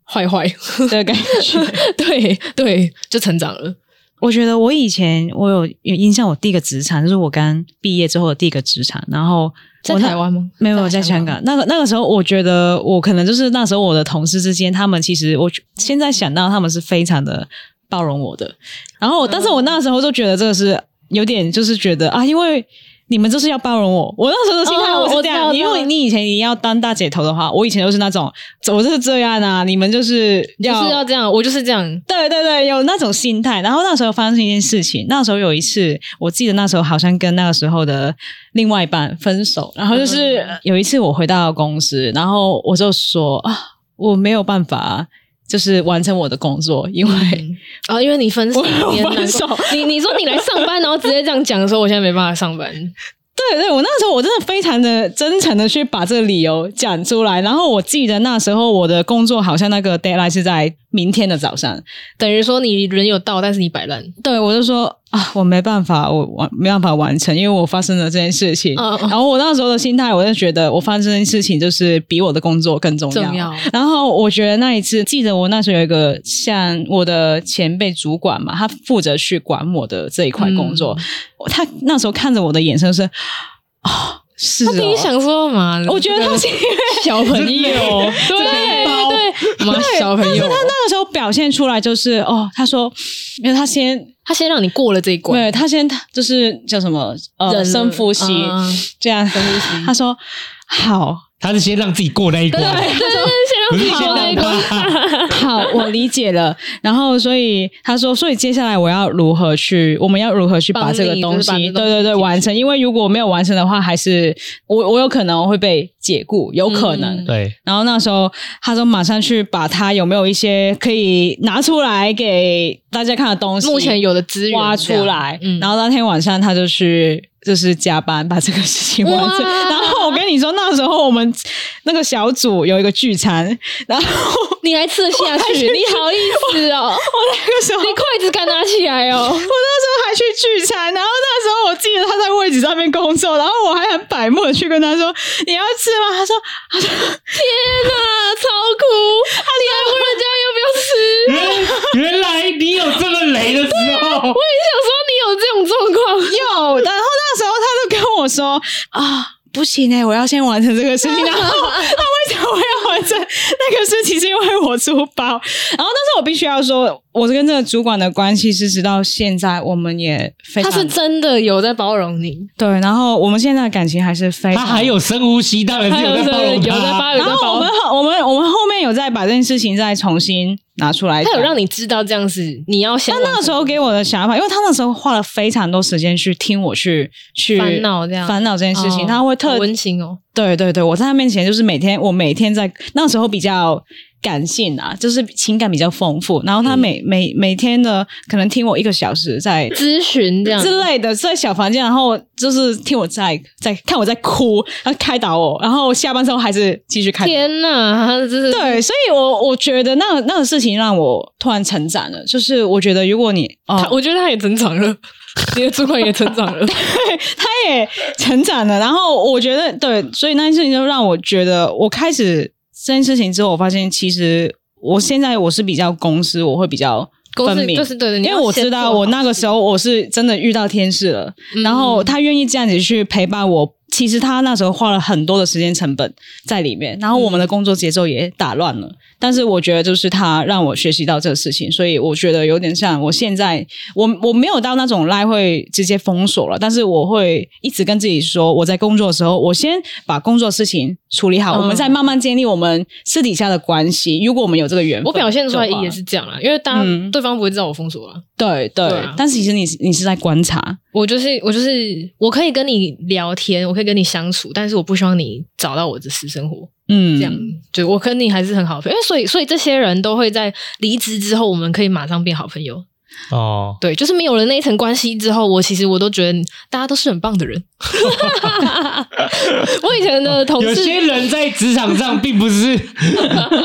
C: 坏坏。
D: 的感觉，
C: 对对，就成长了。
D: 我觉得我以前我有有印象，我第一个职场就是我刚毕业之后的第一个职场，然后
C: 在
D: 我那
C: 台湾吗
D: 没有，没有
C: 在
D: 在香
C: 香港
D: 港。那个那个时候，我觉得我可能就是那时候我的同事之间，他们其实我现在想到他们是非常的包容我的。
C: 嗯
D: 然后，但是我那时候就觉得这个是有点就是觉得啊，因为。你们就是要包容我，我那时候的心态
C: 哦
D: 我是
C: 我
D: 这
C: 知
D: 样。
C: 道
D: 因
C: 我知
D: 为
C: 道
D: 你以前你要当大姐头的话，我以前就是那种，我就是这样啊，你们就是
C: 就
D: 要嗯
C: 是要这样，我就是这样。
D: 对对对，有那种心态。然后那时候发生一件事情，那时候有一次，我记得那时候好像跟那个时候的另外一半分手，然后就是
C: 嗯
D: 有一次我回到公司，然后我就说啊，我没有办法，就是完成我的工作，因为、
C: 啊、因为你分手，
D: 我有
C: 你也难
D: 分手
C: 过你你说你来上班，然后直接这样讲的时候，我现在没办法上班。
D: 对对，我那时候我真的非常的真诚的去把这个理由讲出来，然后我记得那时候我的工作好像那个 deadline 是在明天的早上，
C: 等于说你人有到，但是你摆烂。
D: 对，我就说啊，我没办法，我完没办法完成，因为我发生了这件事情。
C: 嗯嗯
D: 然后我那时候的心态，我就觉得我发生这件事情就是比我的工作更重要。
C: 重要
D: 然后我觉得那一次，记得我那时候有一个像我的前辈主管嘛，他负责去管我的这一块工作，
C: 嗯
D: 他那时候看着我的眼神是啊，是、哦。
C: 他第一想说嘛，
D: 我觉得他是因为
C: 小朋友，
D: 对
C: 对对，妈小朋友，
D: 那个时候表现出来就是哦，他说，因为他先
C: 他先让你过了这一关，
D: 对他先就是叫什么呃
C: 忍
D: 深呼吸，
C: 嗯
D: 这样
C: 深呼吸
D: 他说 好
B: 他是先让自己过那一关，
C: 对
B: 不
C: 对
B: 是
C: 对，
B: 先
C: 先让你
B: 让
C: 过那一关。
B: 他。
D: 好，我理解了。然后所以他说，所以接下来我要如何去，我们要如何去把
C: 帮你
D: 这个东西，
C: 就是把这个东西
D: 对
C: 解
D: 对对，
C: 决
D: 完成。因为如果没有完成的话，还是我我有可能会被解雇，有可能。
C: 嗯
B: 对，
D: 然后那时候，他说马上去把他有没有一些可以拿出来给大家看的东西，
C: 目前有的资源
D: 挖出来，
C: 这样嗯
D: 然后那天晚上他就去就是加班把这个事情完成。
C: 哇
D: 然后我跟你说，那时候我们那个小组有一个聚餐，然后
C: 你还吃得下去？你好意思哦？
D: 我那个时候
C: 你筷子敢拿起来哦？
D: 我那时候还去聚餐，然后那时候我记得他在位置上面工作，然后我还很百慕的去跟他说：“你要吃吗？”他说：“他说
C: 天哪，超苦！你还问人家要不要吃？
B: 原来你有这么雷的时候，
C: 我也想说你有这种状况，
D: 有。”然后那时候他就跟我说：“啊，不行哎、我要先完成这个事 情。”然后他为什么要完成那个事情？是因为我出包。然后，但是我必须要说，我跟这个主管的关系是直到现在，我们也非
C: 他
D: 常
C: 是真的有在包容你，
D: 对。然后我们现在的感情还是非
B: 他
D: 常
B: 还有深呼吸，当然
C: 他
B: 是有
C: 有
B: 在
C: 在
B: 包容
C: 有在
B: 他。
C: 包有在
D: 然后
C: 包
D: 我们
C: 容。
D: 后我们我们后面有再把这件事情再重新拿出来讲。
C: 他有让你知道这样子，你要想
D: 但那个时候给我的想法，因为他那时候花了非常多时间去听我去去
C: 烦恼这样
D: 烦恼这件事情，
C: 哦
D: 他会
C: 好
D: 特
C: 温馨哦。
D: 对对对，我在他面前就是每天我每天在那时候比较感性啊，就是情感比较丰富，然后
C: 嗯
D: 他每、每每天的可能听我一个小时在
C: 咨询这样，
D: 之类的，在小房间，然后就是听我在在看我在哭，然后开导我，然后下班之后还是继续开导。
C: 天哪，他真是
D: 对，所以我我觉得那那个事情让我突然成长了，就是我觉得如果你哦
C: 他，我觉得他也成长了， 你的主管也成 长了，
D: 他也成长了，然后我觉得对，所以那件事情就让我觉得，我开始这件事情之后，我发现其实我现在我是比较公司，我会比较
C: 公
D: 分
C: 司
D: 明，
C: 就是对的，你
D: 因
C: 要
D: 为我
C: 先
D: 知道
C: 做好嗯
D: 我那个时候我是真的遇到天使了，然后他愿意这样子去陪伴我。其实他那时候花了很多的时间成本在里面，然后我
C: 嗯
D: 们的工作节奏也打乱了。但是我觉得，就是他让我学习到这个事情，所以我觉得有点像我现在，我我没有到那种赖会直接封锁了，但是我会一直跟自己说，我在工作的时候，我先把工作事情处理
C: 嗯
D: 好，我们再慢慢建立我们私底下的关系。如果我们有这个缘分的
C: 我
D: 话，
C: 表现出来也是这样啦，因为大家
D: 嗯
C: 对方不会知道我封锁了。
D: 对对，
C: 对啊
D: 但是其实你是你是在观察，
C: 我就是我就是我可以跟你聊天，我可以跟你相处，但是我不希望你找到我的私生活。
D: 嗯，
C: 这样，就我跟你还是很好的朋友，因为所以所以这些人都会在离职之后，我们可以马上变好朋友。
B: 哦，
C: 对，就是没有了那一层关系之后，我其实我都觉得大家都是很棒的人。 我以前的同
B: 有
C: 事
B: 些人在职场上并不是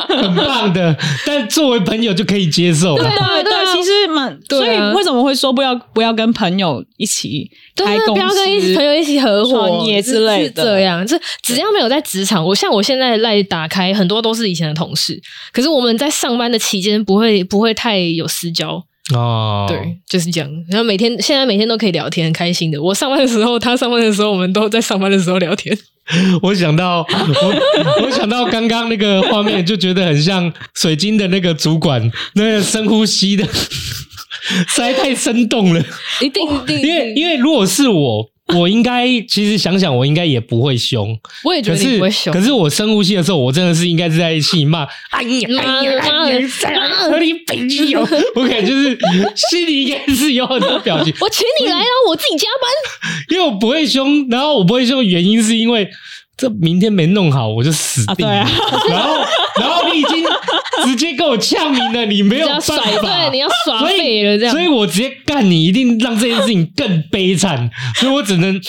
B: 很棒的，但作为朋友就可以接受了。
C: 啊
D: 对
C: 对啊
D: 对，其实蛮，所
C: 对
D: 以
C: 啊
D: 为什么会说不要不要跟朋友一起
C: 对
D: 开
C: 对，
D: 公
C: 不要
D: 司？
C: 跟一朋友一起合伙
D: 创业之类
C: 是
D: 的
C: 这样，这只要没有在职场，我像我现在赖打开，很多都是以前的同事，可是我们在上班的期间不会不会太有私交，
B: 哦，
C: 对，就是这样。然后每天现在每天都可以聊天，很开心的。我上班的时候，他上班的时候，我们都在上班的时候聊天。
B: 我想到我，我想到刚刚那个画面，就觉得很像水晶的那个主管，那个深呼吸的， 实在太生动了。
C: 一定一定，
B: 哦因为因为如果是我，我应该其实想想，我应该也不会凶。
C: 我也觉
B: 可
C: 得你
B: 是
C: 不会凶
B: 可。是我深呼吸的时候，我真的是应该是在戏骂，哎呀
C: 妈
B: 哎
C: 的
B: 呀
C: 妈
B: 哎
C: 的
B: 呀，
C: 嗯
B: 和你北极游，我感觉就是心里应该是有很多表情，
C: 我请你来，然后我自己加班。
B: 因为我不会凶，然后我不会凶的原因是因为这明天没弄好我就死定了。
D: 啊
B: 然后然后你已经直接给我呛明了，你没有
C: 你要
B: 办
C: 甩
B: 法，
C: 对你要耍
B: 所以
C: 废了这样
B: 所以我直接干你，一定让这件事情更悲惨，所以我只能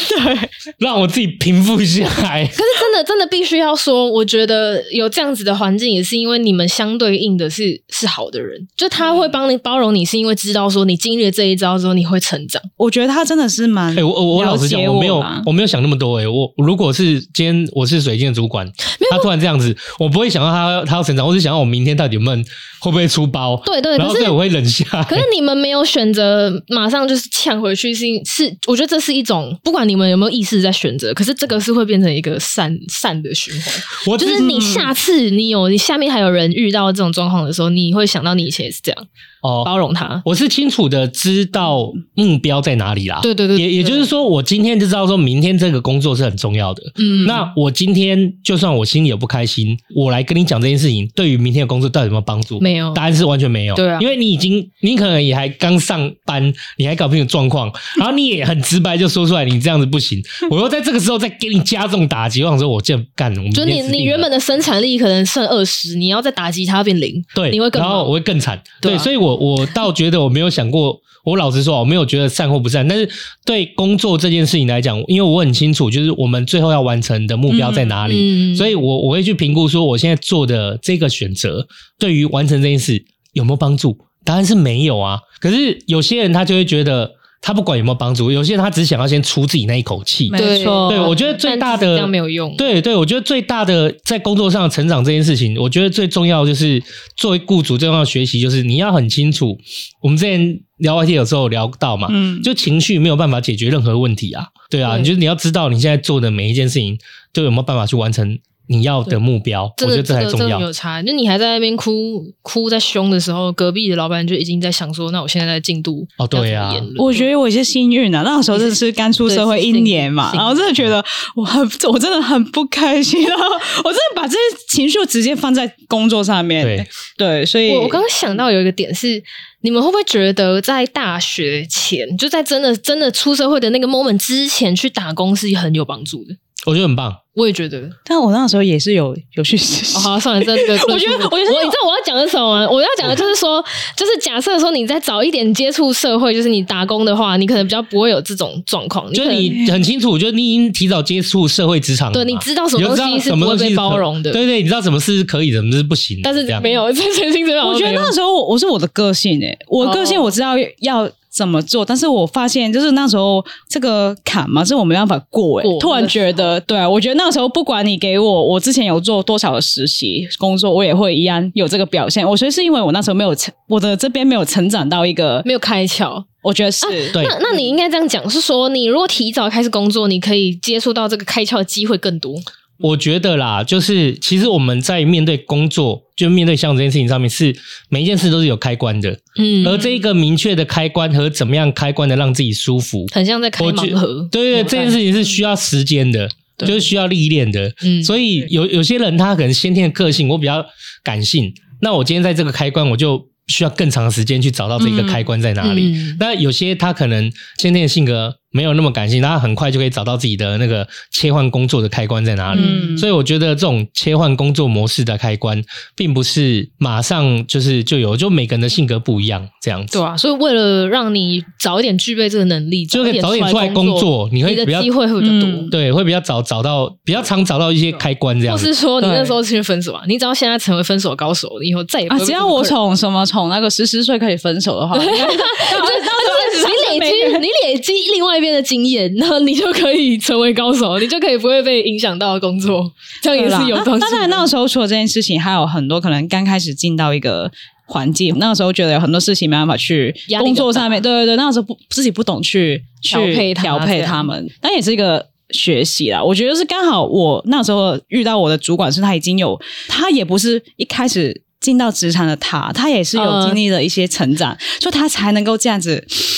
B: 让我自己平复下 来。
C: 可是真的真的必须要说，我觉得有这样子的环境，也是因为你们相对应的是是好的人，就他会帮你包容你，是因为知道说你经历了这一招之后你会成长。
D: 我觉得他真的是蛮，
B: 哎、我我我
D: 了
B: 老实讲，
D: 解
B: 我没有
D: 啦
B: 我没有想那么多、哎，我如果是今天我是水晶的主管，他突然这样子，我不会想到他他要成长，我只想到我明天到底有没有会不会出包。
C: 对对，
B: 然
C: 可
B: 后
C: 是
B: 所以我会冷下来。
C: 可是你们没有选择马上就是呛回去，是是，我觉得这是一种，不管你们有没有意识在选择，可是这个是会变成一个善善的循环。
B: 我
C: 就是你嗯下次你有你下面还有人遇到这种状况的时候，你会想到你以前也是这样，
B: 哦，
C: 包容他。
B: 我是清楚的知道目标在哪里啦。
C: 对对对，
B: 也也就是说，我今天就知道说明天这个工作是很重要的。
C: 嗯，
B: 那我今天就算我心里有不开心，我来跟你讲这件事情，对于明天的工作到底有没有帮助？
C: 没有
B: 答案是完全没有。
C: 对啊
B: 因为你已经，你可能也还刚上班，你还搞不清楚状况，然后你也很直白就说出来，你这样子不行。我又在这个时候再给你加重打击，我想说，我这样干，我明
C: 就
B: 天
C: 你
B: 死定
C: 你原
B: 了
C: 本的生产力可能剩二十，你要再打击它变零，
B: 对，
C: 你会更
B: 然后
C: 忙
B: 我会更惨。
C: 对
B: 对，
C: 啊
B: 所以我我倒觉得我没有想过，我老实说，我没有觉得善或不善，但是对工作这件事情来讲，因为我很清楚，就是我们最后要完成的目标在哪里，
C: 嗯，
B: 所以我我会去评估说，我现在做的这个选择对于完成这件事有没有帮助？答案是没有啊。可是有些人他就会觉得，他不管有没有帮助，有些人他只想要先出自己那一口气。
D: 没
C: 对
D: 错，
B: 对，我觉得
C: 但
B: 最大
C: 这
B: 的
C: 样没有用，
B: 对对，我觉得最大的在工作上的成长这件事情，我觉得最重要就是作为雇主最重要的学习，就是你要很清楚。我们之前聊 YT 有时候有聊到嘛，
D: 嗯，
B: 就情绪没有办法解决任何问题啊，对啊，
C: 对
B: 你就是你要知道你现在做的每一件事情都有没有办法去完成你要的目标，我
C: 真
B: 觉
C: 的
B: 得这才
C: 真的
B: 重
C: 真
B: 要
C: 的。有差。就你还在那边哭哭在凶的时候，隔壁的老板就已经在想说，那我现在在进度
B: 哦对啊
C: 要怎么演了
D: 我觉得我有些幸运啊，那时候真的是刚出社会一年嘛，
C: 对
D: 然后真的觉得我很，我真的很不开 心，然后我真的把这些情绪直接放在工作上面。
B: 对
D: 对，所以
C: 我我刚刚想到有一个点是，你们会不会觉得在大学前，就在真的真的出社会的那个 moment 之前去打工是很有帮助的？
B: 我觉得很棒。
C: 我也觉得。
D: 但我那时候也是有有去实习
C: 哦、好，算了，这 个
D: 我觉得我觉得
C: 我你知道我要讲的是什么吗？我要讲的就是说， 就是假设说你再早一点接触社会，就是你打工的话，你可能比较不会有这种状况。
B: 就
C: 可
B: 是
C: 能
B: 你很清楚，就是你已经提早接触社会职场了嘛，
C: 对你知道什么
B: 你就知道
C: 东西是
B: 什么
C: 不会
B: 东西
C: 被包
B: 可
C: 容的
B: 对对，你知道什么是可以的，什么是不行的，
C: 但是
B: 这样
C: 没。有，这 曾经真的
D: 我觉得那时候我我是我的个性诶、我个
C: 哦
D: 性我知道要怎么做，但是我发现就是那时候这个坎嘛，是我没办法过诶、
C: 过
D: 突然觉得，对啊，我觉得那个时候不管你给我，我之前有做多少的实习工作，我也会一样有这个表现。我觉得是因为我那时候没有成，我的这边没有成长到一个，
C: 没有啊开窍。
D: 我觉得是、
B: 对
C: 那那你应该这样讲，是说你如果提早开始工作，你可以接触到这个开窍的机会更多。
B: 我觉得啦，就是其实我们在面对工作，就面对像这件事情上面，是每一件事都是有开关的，
C: 嗯
B: 而这一个明确的开关和怎么样开关的让自己舒服，
C: 很像在开
B: 我觉
C: 盲盒。嗯
B: 对对，
C: 有
B: 这件
C: 感
B: 事情是需要时间的，
C: 对
B: 就是需要历练的。
C: 嗯
B: 所以有有些人他可能先天的个性，我比较感性，那我今天在这个开关，我就需要更长的时间去找到这个
C: 嗯
B: 开关在哪里。
C: 嗯
B: 那有些他可能先天的性格没有那么感性，他很快就可以找到自己的那个切换工作的开关在哪里。
D: 嗯
B: 所以我觉得这种切换工作模式的开关，并不是马上就是就有，就每个人的性格不一样这样子。
C: 对啊，所以为了让你早一点具备这个能力，
B: 就可以
C: 早
B: 早点出来工
C: 工
B: 作你会
C: 的
B: 比较
C: 机会会比较多。
D: 嗯
B: 对，会比较早找到，比较常找到一些开关这样
C: 或
B: 子。
C: 是说你
D: 对
C: 那时候去分手啊，你只要现在成为分手高手，你以后再也不
D: 啊，
C: 会被
D: 只
C: 这
D: 要
C: 么
D: 我
C: 困扰
D: 从什么从那个十四岁开始 分手的话，应该是
C: 就是你累积你累积另外一边的经验，然后你就可以成为高手，你就可以不会被影响到工作，这样也是有
D: 对啦
C: 帮助
D: 那
C: 的。
D: 当然，那个时候除了这件事情，还有很多可能刚开始进到一个环境，那个时候觉得有很多事情没办法去
C: 压力
D: 工作
C: 比较大
D: 上面，对对对，那个时候不自己不懂去去
C: 调配它
D: 调配
C: 这样
D: 他们，但也是一个。学习啦，我觉得是刚好我那时候遇到我的主管是他已经有，他也不是一开始进到职场的他，他也是有
C: 嗯
D: 经历了一些成长，所以他才能够这样子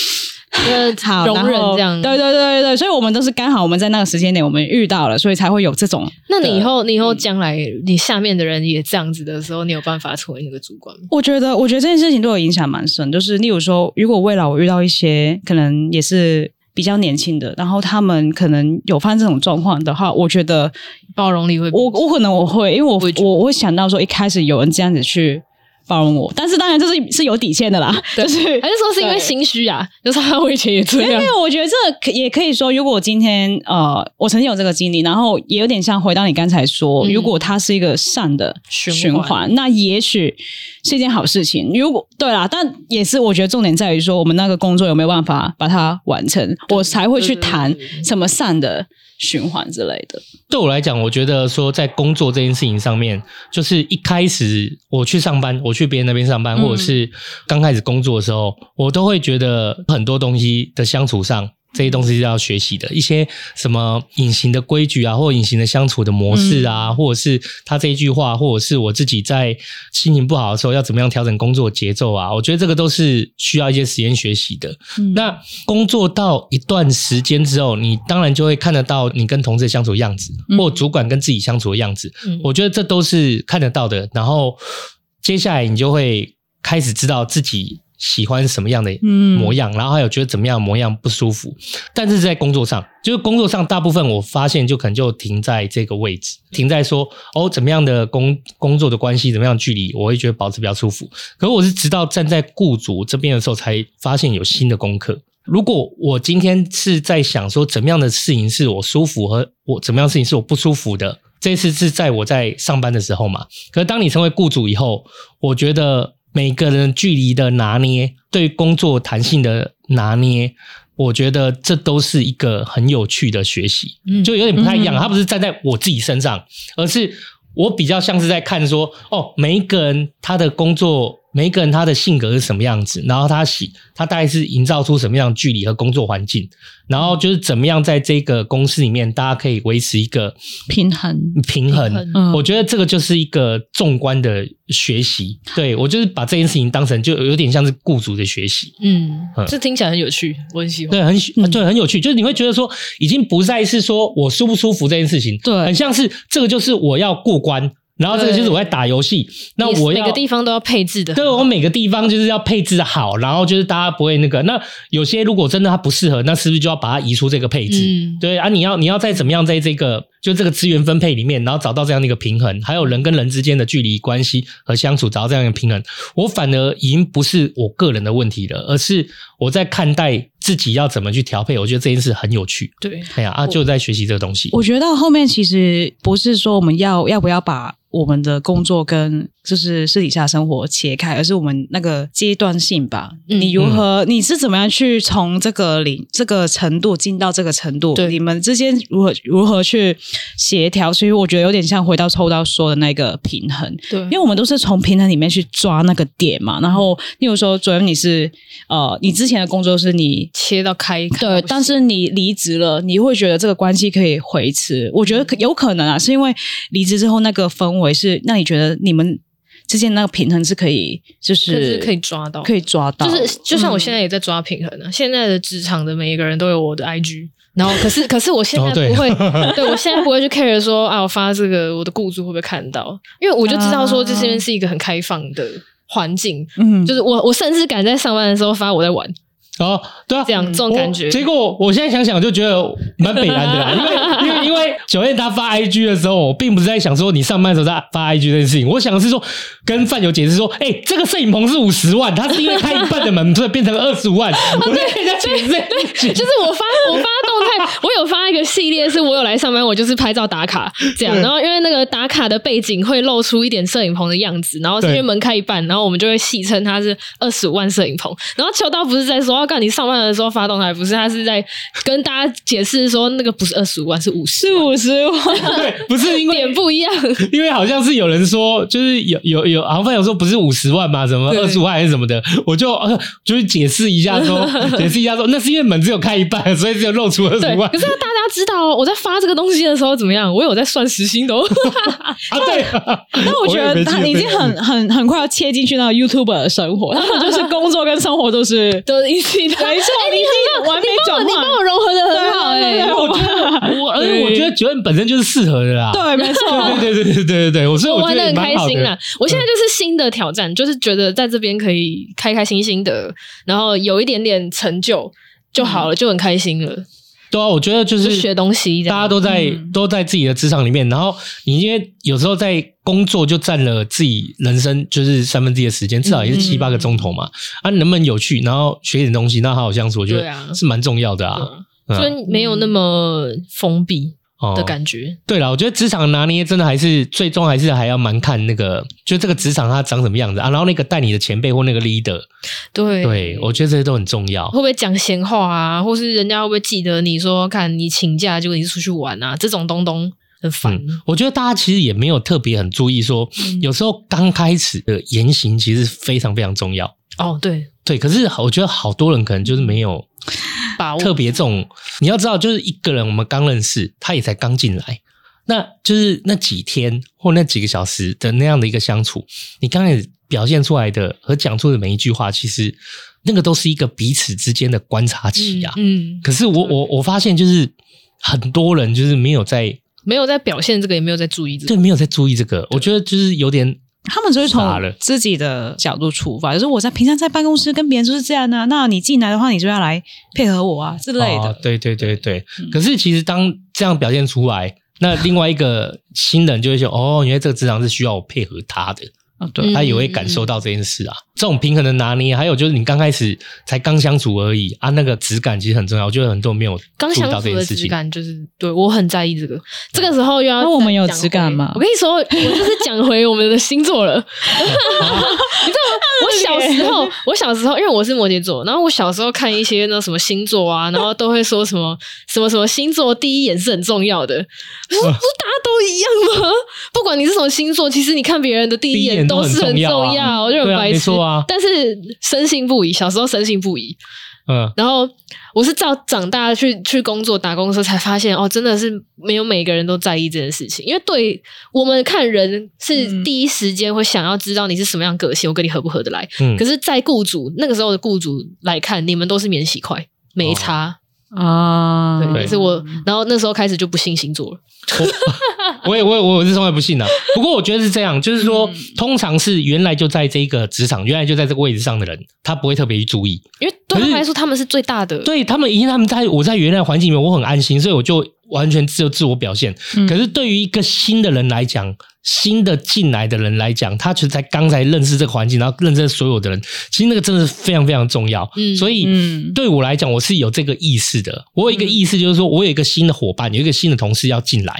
C: 就是呃容
D: 好然
C: 忍
D: 后
C: 这样。
D: 对对对对对，所以我们都是刚好我们在那个时间点我们遇到了，所以才会有这种
C: 那你以后，你以
D: 嗯
C: 后将来你下面的人也这样子的时候，你有办法成为那个主管吗？
D: 我觉得，我觉得这件事情对我影响蛮深。就是例如说，如果未来我遇到一些可能也是比较年轻的，然后他们可能有发生这种状况的话，我觉得
C: 包容力会比
D: 我我可能我会，因为我
C: 会觉
D: 我我会想到说，一开始有人这样子去包容我，但是当然这是是有底线的啦，就是
C: 还是说是因为
D: 对
C: 心虚啊？就是他我以前也这
D: 因
C: 样
D: 为，我觉得这可也可以说，如果我今天呃，我曾经有这个经历，然后也有点像回到你刚才说，
C: 嗯
D: 如果它是一个善的
C: 循环
D: 循环，那也许是一件好事情。如果对啦，但也是我觉得重点在于说，我们那个工作有没有办法把它完成，我才会去
C: 对对
D: 谈
C: 对对
D: 什么善的循环之类的。
B: 对我来讲，我觉得说在工作这件事情上面，就是一开始我去上班，我去别人那边上班，
C: 嗯
B: 或者是刚开始工作的时候，我都会觉得很多东西的相处上。这些东西是要学习的，一些什么隐形的规矩啊，或隐形的相处的模式啊，或者是他这一句话，或者是我自己在心情不好的时候要怎么样调整工作节奏啊，我觉得这个都是需要一些时间学习的。那工作到一段时间之后，你当然就会看得到你跟同事相处的样子，
D: 嗯
B: 或主管跟自己相处的样子。
C: 嗯
B: 我觉得这都是看得到的。然后接下来你就会开始知道自己喜欢什么样的
D: 嗯
B: 模样，然后还有觉得怎么样的模样不舒服。但是在工作上，就是工作上大部分我发现就可能就停在这个位置，停在说哦怎么样的工工作的关系，怎么样的距离，我会觉得保持比较舒服。可是我是直到站在雇主这边的时候，才发现有新的功课。如果我今天是在想说怎么样的事情是我舒服和我怎么样的事情是我不舒服的，这次是在我在上班的时候嘛。可是当你成为雇主以后，我觉得每个人距离的拿捏，对工作弹性的拿捏，我觉得这都是一个很有趣的学习。
C: 嗯
B: 就有点不太一样。
D: 嗯
B: 他不是站在我自己身上，而是我比较像是在看说，哦，每一个人他的工作每一个人他的性格是什么样子，然后他喜他大概是营造出什么样的距离和工作环境，然后就是怎么样在这个公司里面，大家可以维持一个
D: 平衡。
B: 平衡。
C: 平衡
D: 嗯
B: 我觉得这个就是一个纵观的学习，对我就是把这件事情当成就有点像是雇主的学习，
C: 嗯
B: 嗯，
C: 这听起来很有趣，我很喜欢。
B: 对，很喜
D: 嗯
B: 对很有趣，就是你会觉得说，已经不再是说我舒不舒服这件事情，
D: 对
B: 很像是这个就是我要过关，然后这个就是我在打游戏，那
C: 也是
B: 我
C: 每
B: 要
C: 个地方都要配置的，
B: 对我每个地方就是要配置好，然后就是大家不会那个。那有些如果真的它不适合，那是不是就要把它移出这个配置？
C: 嗯，
B: 对啊，你要你要再怎么样，在这个就这个资源分配里面，然后找到这样的一个平衡，还有人跟人之间的距离关系和相处，找到这样一个平衡。我反而已经不是我个人的问题了，而是我在看待自己要怎么去调配。我觉得这件事很有趣。
C: 对，
B: 哎呀啊，就在学习这个东西。
D: 我觉得到后面其实不是说我们要要不要把我们的工作跟就是私底下生活切开，而是我们那个阶段性吧。
C: 嗯
D: 你如何、你是怎么样去从这个领这个程度进到这个程度？
C: 对
D: 你们之间如何如何去协调？所以我觉得有点像回到抽到说的那个平衡。
C: 对，
D: 因为我们都是从平衡里面去抓那个点嘛，然后，例如说，昨天你是呃，你之前的工作是你
C: 切到开，开到
D: 对，
C: 不
D: 但
C: 行
D: 是你离职了，你会觉得这个关系可以维持？我觉
C: 嗯
D: 得可有可能啊，是因为离职之后那个氛围是让你觉得你们之间那个平衡是可以，就
C: 可
D: 是
C: 是可以抓到
D: 可以抓到，嗯
C: 就是就像我现在也在抓平衡呢、啊现在的职场的每一个人都有我的 IG，然后可是可是我现在
B: 哦对
C: 不会， 对我现在不会去 care 说啊，我发这个我的雇主会不会看到，因为我就知道说这边是一个很开放的环境，
D: 啊嗯，
C: 就是我我甚至敢在上班的时候发我在玩，
B: 哦，对啊，
C: 这样这种
B: 我
C: 感觉
B: 结果我现在想想就觉得蛮北南的 啦，因为因为因为九燕她发 IG 的时候，我并不是在想说你上班的时候在发 IG 这件事情，我想的是说跟范友解释说，哎、这个摄影棚是五十万，他是因为开一半的门，所以变成二十 万。
C: 哦
B: 我在跟人家解释这件事情，
C: 就是我发我发动态，我有发一个系列，是我有来上班，我就是拍照打卡这样。
B: 对
C: 然后因为那个打卡的背景会露出一点摄影棚的样子，然后是因为
B: 对
C: 门开一半，然后我们就会戏称它是二十五万摄影棚。然后秋刀不是在说要哦干你上班的时候发动态，不是他是在跟大家解释说那个不是二十五万，是五十，
D: 是五十万，
B: 对，不是因为
C: 点不一样。
B: 因为好像是有人说，就是有有有，好像朋友说不是五十万嘛，什么
C: 对
B: 二十万还是什么的，我就呃就是解释一下 说，解释一下说，那是因为门只有开一半，所以只有露出二
C: 对，
B: 十万
C: 可是要大家知道哦，我在发这个东西的时候怎么样，我有在算时薪的哦。
B: 啊，对啊。
D: 但我觉
B: 我也
D: 得
B: 没
D: 他
B: 记得嗯
D: 已经很很很快要切进去那个 YouTuber 的生活，他们就是工作跟生活都是
C: 都一起的，
D: 没错，你已经完美转
C: 哎你
D: 换
C: 帮。我融合的很好哎、
D: 对对对啊
B: 我觉得我，而且
D: 对
B: 我觉得九恩本身就是适合的啦。
D: 对，没错，
B: 对对对对对对 对，我所以
C: 我
B: 我
C: 啊玩
B: 觉
C: 的
B: 得
C: 很
B: 也蛮
C: 开
B: 好
C: 心啦
B: 的。。
C: 啊
B: 嗯
C: 我现在就是新的挑战，就是觉得在这边可以开开心心的，然后有一点点成就就好了，就很开心了。
B: 对啊，我觉得嗯就
C: 就是学东西这样
B: 大家都在
D: 嗯
B: 都在自己的职场里面，然后你因为有时候在工作就占了自己人生就是三分之一的时间，至少也是七
D: 嗯
B: 八个钟头嘛。啊，能不能有趣，然后学点东西，那好好相处，我觉
C: 对啊
B: 得是蛮重要的啊。
C: 对
B: 嗯
C: 就没有那么封闭
B: 哦
C: 的感觉。
B: 对了，我觉得职场拿捏真的还是最终还是还要蛮看那个，就这个职场它长什么样子啊，然后那个带你的前辈或那个 leader，哦
C: 对哦
B: 对我觉得这些都很重要
C: 会。不会讲闲话啊，或是人家会不会记得你说看你请假，结果你是出去玩啊，这种东东很烦。
B: 嗯，我觉得大家其实也没有特别很注意说，
C: 嗯
B: 有时候刚开始的言行其实非常非常重要。
C: 哦，对，
B: 对，可是我觉得好多人可能就是没有
C: 把握
B: 特别这种，你要知道，就是一个人我们刚认识，他也才刚进来，那就是那几天或那几个小时的那样的一个相处，你刚开始表现出来的和讲出的每一句话，其实那个都是一个彼此之间的观察期啊。
C: 嗯，嗯
B: 可是我我我发现就是很多人就是没有在
C: 没有在表现这个，也没有在注意这
B: 对
C: 个。
B: 没有在注意这个，我觉得就是有点
D: 他们就是从
B: 傻了
D: 自己的角度出发，就是我在平常在办公室跟别人就是这样啊，那你进来的话，你就要来配合我啊之类的。
B: 哦对对对对。
D: 嗯
B: 可是其实当这样表现出来，那另外一个新人就会说：“哦，原来这个职场是需要我配合他的。”
D: 哦
B: 对，
C: 嗯
B: 他也会感受到这件事啊。这种平衡的拿捏，还有就是你刚开始才刚相处而已啊，那个质感其实很重要。我觉得很多人没有
C: 刚
B: 注意
C: 相
B: 到这
C: 处
B: 件
C: 的
B: 事
C: 质
B: 情。
C: 感就是，对我很在意这个。这个时候又要
D: 那我们有
C: 讲
D: 质感
C: 回
D: 吗
C: 我跟你说，我就是讲回我们的星座了。 你知道吗？我 小时候，我小时候，因为我是摩羯座，然后我小时候看一些那什么星座啊，然后都会说什么 什么什么星座第一眼是很重要的。我说不是大家都一样吗？不管你是什么星座，其实你看别人的第
B: 第
C: 一
B: 一眼都
C: 都
B: 很
C: 是很
B: 重要啊
C: 要，我就很
B: 对啊
C: 白
B: 没
C: 痴
B: 错啊
C: 但是深信不疑，小时候深信不疑，
B: 嗯，
C: 然后我是到长大去去工作打工的时候才发现，哦，真的是没有每个人都在意这件事情，因为对我们看人是
D: 嗯
C: 第一时间会想要知道你是什么样个性，我跟你合不合得来。
B: 嗯
C: 可是，在雇主那个时候的雇主来看，你们都是免洗块，没差。
D: 啊，
C: 对，
B: 哦对
C: 也是我。然后那时候开始就不信星座了。
B: 我也我也我也是从来不信的、不过我觉得是这样，就是说，
D: 嗯
B: 通常是原来就在这个职场，原来就在这个位置上的人，他不会特别去注意。
C: 因为对
B: 可
C: 他
B: 是
C: 们来说，他们是最大的。
B: 对他们，因为他们在我在原来环境里面，我很安心，所以我就完全只有自我表现。
D: 嗯
B: 可是对于一个新的人来讲，新的进来的人来讲，他其实才刚才认识这个环境，然后认识所有的人，其实那个真的是非常非常重要。
C: 嗯
B: 所以。
D: 嗯
B: 对我来讲，我是有这个意识的。我有一个意识，就是说我有一个新的伙伴，有一个新的同事要进来。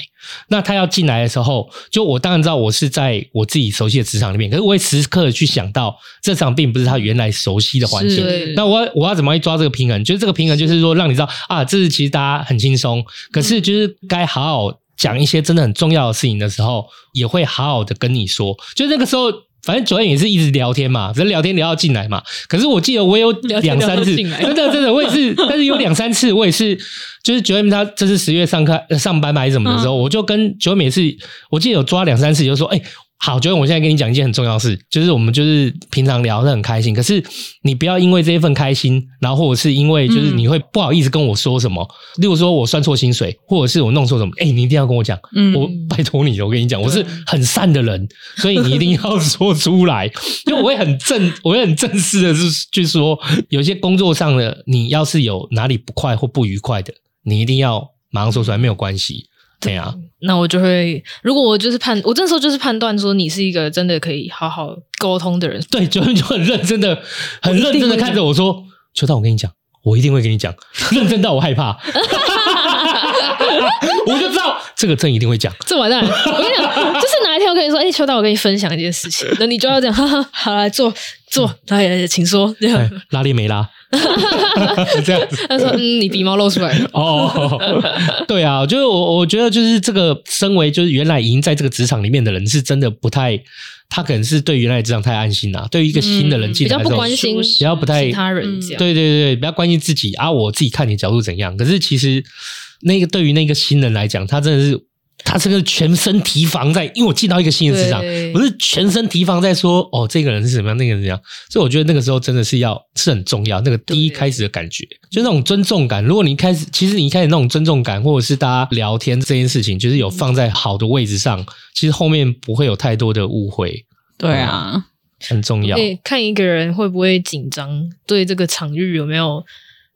B: 那他要进来的时候，就我当然知道我是在我自己熟悉的职场里面，可是我也时刻的去想到，这场并不是他原来熟悉的环境。
D: 是
B: 那我要我要怎么去抓这个平衡？就是这个平衡，就是说让你知道啊，这是其实大家很轻松，可
E: 嗯
B: 是就是该好好讲一些真的很重要的事情的时候，也会好好的跟你说。就那个时候，反正九燕也是一直聊天嘛，只是聊天聊到进来嘛。可是我记得我有
E: 聊天
B: 两三次，
E: 聊到 进来
B: 真的真的，我也是，但是有两三次我也是，就是九燕他这是十月上课呃上班嘛还是什么的时候，我就跟九燕也是，我记得有抓两三次，就说哎。好，九燕，我现在跟你讲一件很重要的事，就是我们就是平常聊得很开心，可是你不要因为这一份开心，然后或者是因为就是你会不好意思跟我说什么，例如说我算错薪水，或者是我弄错什么，哎、你一定要跟我讲，
D: 嗯
B: 我拜托你，我跟你讲，我是很善的人，所以你一定要 说出来，因为我会很正，我会很正式的是去说，有些工作上的你要是有哪里不快或不愉快的，你一定要马上说出来，没有关系，对啊，
C: 那我就会，如果我就是判，我这时候就是判断说你是一个真的可以好好沟通的人。
B: 对，九恩就很认真的、很认真的看着我说：“秋道，我跟你讲，我一定会跟你讲，认真到我害怕。” 我就知道这个真一定会讲，
C: 这完蛋了！我跟 你讲，就是哪一天我跟你说，哎、秋刀，我跟你分享一件事情，那你就要这样，哈 哈，好来坐坐，来来，来请说。这样
B: 嗯哎，拉链没拉， 这样子。
C: 他说，嗯，你鼻毛露出来了。
B: 哦，对啊，就是我我觉得就是这个，身为就是原来已经在这个职场里面的人，是真的不太，他可能是对原来的职场太安心啦、对于一个 新的人
D: 嗯
B: 进来的
C: 比较
B: 时
C: 不
B: 候，
C: 关心啊
B: 比较不太嗯
C: 其他人这样。
B: 对对对，比较关心自己啊，我自己看你角度怎样。可是其实那个对于那个新人来讲，他真的是他这个全身提防在，因为我进到一个新的职场，
C: 对
B: 我是全身提防在说哦，这个人是怎么样，那个人是怎样。所以我觉得那个时候真的是要是很重要，那个第一
C: 对
B: 开始的感觉，就那种尊重感。如果你一开始，其实你一开始那种尊重感，或者是大家聊天这件事情，就是有放在好的位置上，其实后面不会有太多的误会，
D: 对啊，
B: 很重要。
C: 对，哎看一个人会不会紧张，对这个场域有没有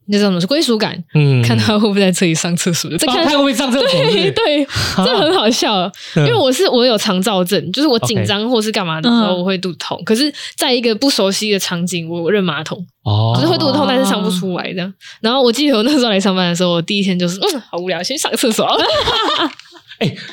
C: 那叫什么是归属感，
B: 嗯，
C: 看他会不会在这里上厕所，再
B: 哦
C: 看
B: 他会不会上厕所是不
C: 对
B: 是？
C: 对，这很好笑，因
B: 嗯
C: 为我是我有肠燥症，就是我紧张或是干嘛的时候
D: 嗯
C: 我会肚子痛，可是在一个不熟悉的场景，我认马桶，
B: 哦，
C: 可是会肚子痛，但是上不出来这样。然后我记得我那时候来上班的时候，我第一天就是嗯，好无聊，先上个 厕所。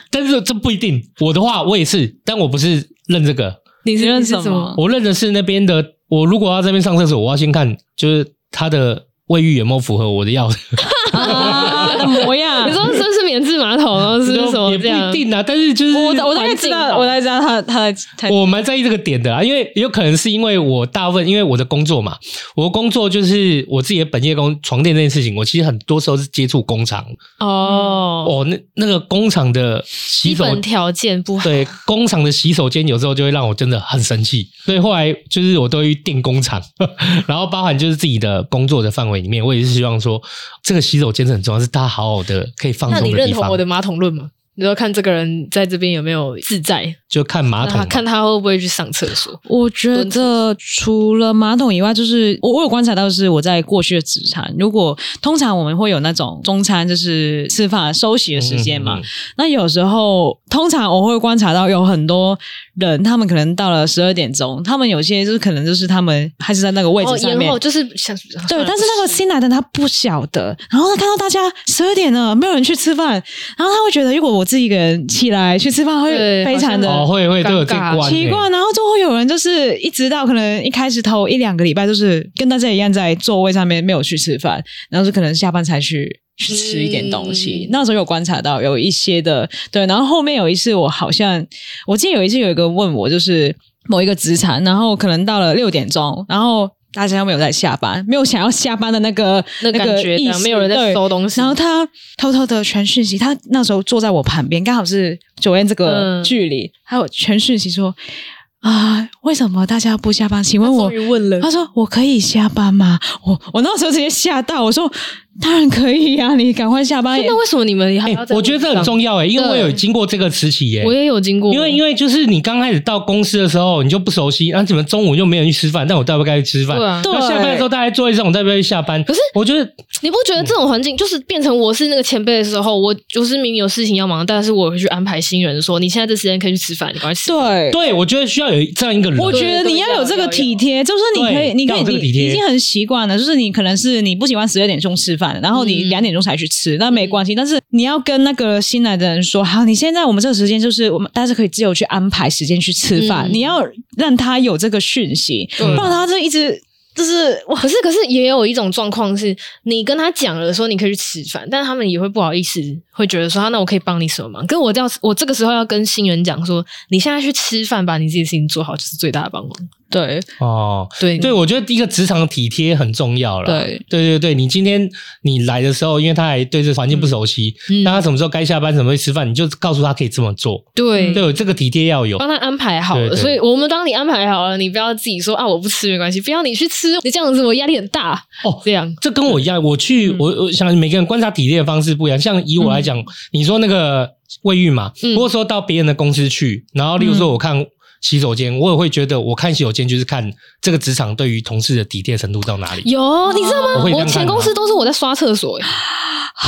B: 但是这不一定。我的话，我也是，但我不是认这个，
C: 你
D: 你
C: 是
D: 认
C: 你是
D: 什
C: 什
D: 么
C: 么？
B: 我认的是那边的。我如果要这边上厕所，我要先看就是它的卫浴有没有符合我的要求，
D: 啊的模样
C: 你。说这是免治马桶，然后是什么
B: 也不
C: 这样
B: 一？定啊。但是就是
D: 我我大概
C: 环
D: 知
C: 境
D: 道，
C: 吧
D: 我大概知道他他他
B: 我蛮在意这个点的啊，因为有可能是因为我大部分因为我的工作嘛，我的工作就是我自己的本业工床垫这件事情，我其实很多时候是接触工厂
C: 哦，
B: 哦，那那个工厂的洗
C: 基
B: 手
C: 本条件不好。
B: 对，工厂的洗手间有时候就会让我真的很生气，所以后来就是我都去订工厂， 然后包含就是自己的工作的范围里面，我也是希望说这个洗手间是很重要，是大家好好的可以放
C: 那
B: 松
C: 你
B: 的
C: 认
B: 地
C: 同
B: 方
C: 我，的马桶论吗？你要看这个人在这边有没有自在，
B: 就看马
C: 那
B: 桶
C: 他
B: 嘛，
C: 啊看他会不会去上厕所。
D: 我觉得除了马桶以外，就是我我有观察到，是我在过去的职场，如果通常我们会有那种中餐，就是吃饭休息的时间
B: 嗯
D: 嘛。
B: 嗯
D: 那有时候，通常我会观察到有很多人，他们可能到了十二点钟，他们有些就是可能就是他们还是在那个位
C: 哦，
D: 置上
C: 然
D: 面。
C: 后就是想
D: 对，但是那个新来的他不晓得，然后他看到大家十二点了，没有人去吃饭，然后他会觉得，如果我自己一个人起来去吃饭，会
C: 对
D: 非常的
C: 好像
B: 哦，会会都有这
C: 尴尬
B: 关、欸，
D: 奇怪，然后就会有人就是一直到可能一开始头一两个礼拜，就是跟大家一样在座位上面没有去吃饭，然后就可能下班才去去吃一点东西。
C: 嗯
D: 那时候有观察到有一些的对，然后后面有一次我好像我记得有一次有一个问我就是某一个职场，然后可能到了六点钟，然后。大家都没有在下班，没有想要下班的那个
C: 那感觉
D: 意
C: 这样
D: 识，
C: 没有人在
D: 对
C: 收东西
D: 然后他偷偷的传讯息，他那时候坐在我旁边，刚好是九燕这个
C: 嗯
D: 距离，还有传讯息说啊，为什么大家不下班？请问我
C: 终于问了
D: 他说：“我可以下班吗？”我我那时候直接吓到，我说：“当然可以呀、你赶快下班。
C: 那为什么你们还
B: 哎、
C: 要在
B: 我觉得这很
C: 路上
B: 重要哎、因为我有经过这个时期耶、
C: 我也有经过，
B: 因为因为就是你刚开始到公司的时候，你就不熟悉，然、啊、后怎么中午就没人去吃饭？但我到底该去吃饭？
C: 对啊
B: 那下班的时候大家做一下，我代不要去下班？可
C: 是
B: 我觉得
C: 你不觉得这种环
B: 嗯
C: 境就是变成我是那个前辈的时候，我就是明明有事情要忙，但是我会去安排新人说，你现在这时间可以去吃饭，你赶快”吃。
D: 对。
B: 对，我觉得需要有这样一个人。啊
D: 我觉得你要有这个体贴，就是你可以，
B: 对
D: 你可
B: 要
D: 以，
B: 有这个
D: 你
B: 体贴
D: 已经很习惯了。就是你可能是你不喜欢十二点钟吃饭，然后你
C: 嗯
D: 两点钟才去吃，那没关系。但是你要跟那个新来的人说，好，你现在我们这个时间就是我们大家可以自由去安排时间去吃饭。
C: 嗯
D: 你要让他有这个讯息，不
C: 对
D: 然他就一直就是哇，
C: 可是可是也有一种状况是，你跟他讲了说你可以去吃饭，但他们也会不好意思，会觉得说啊，那我可以帮你什么忙？跟我要我这个时候要跟新人讲说，你现在去吃饭，把你自己的事情做好，就是最大的帮忙。
D: 对
B: 哦，
C: 对
B: 对，我觉得一个职场的体贴很重要了。
D: 对
B: 对对对，你今天你来的时候，因为他还对这环境不熟悉，
C: 嗯
B: 那他什么时候该下班，什么时候吃饭，你就告诉他可以这么做。
C: 对
B: 对，这个体贴要有。
C: 帮他安排好了，
B: 对对
C: 所以我们帮你安排好了，你不要自己说啊，我不吃没关系，不要你去吃， 你这样子我压力很大。
B: 哦
C: 这样
B: 这跟我一样，我去，
D: 嗯
B: 我我想每个人观察体贴的方式不一样。像以我来讲，你说那个卫浴嘛，
C: 嗯
B: 如果说到别人的公司去，然后例如说我看洗手间，我也会觉得我看洗手间就是看这个职场对于同事的体贴程度到哪里。
C: 有，你知道
B: 我
C: 吗？
B: 会这样
C: 我
B: 看
C: 前
B: 的
C: 公司都是我在刷厕所、欸，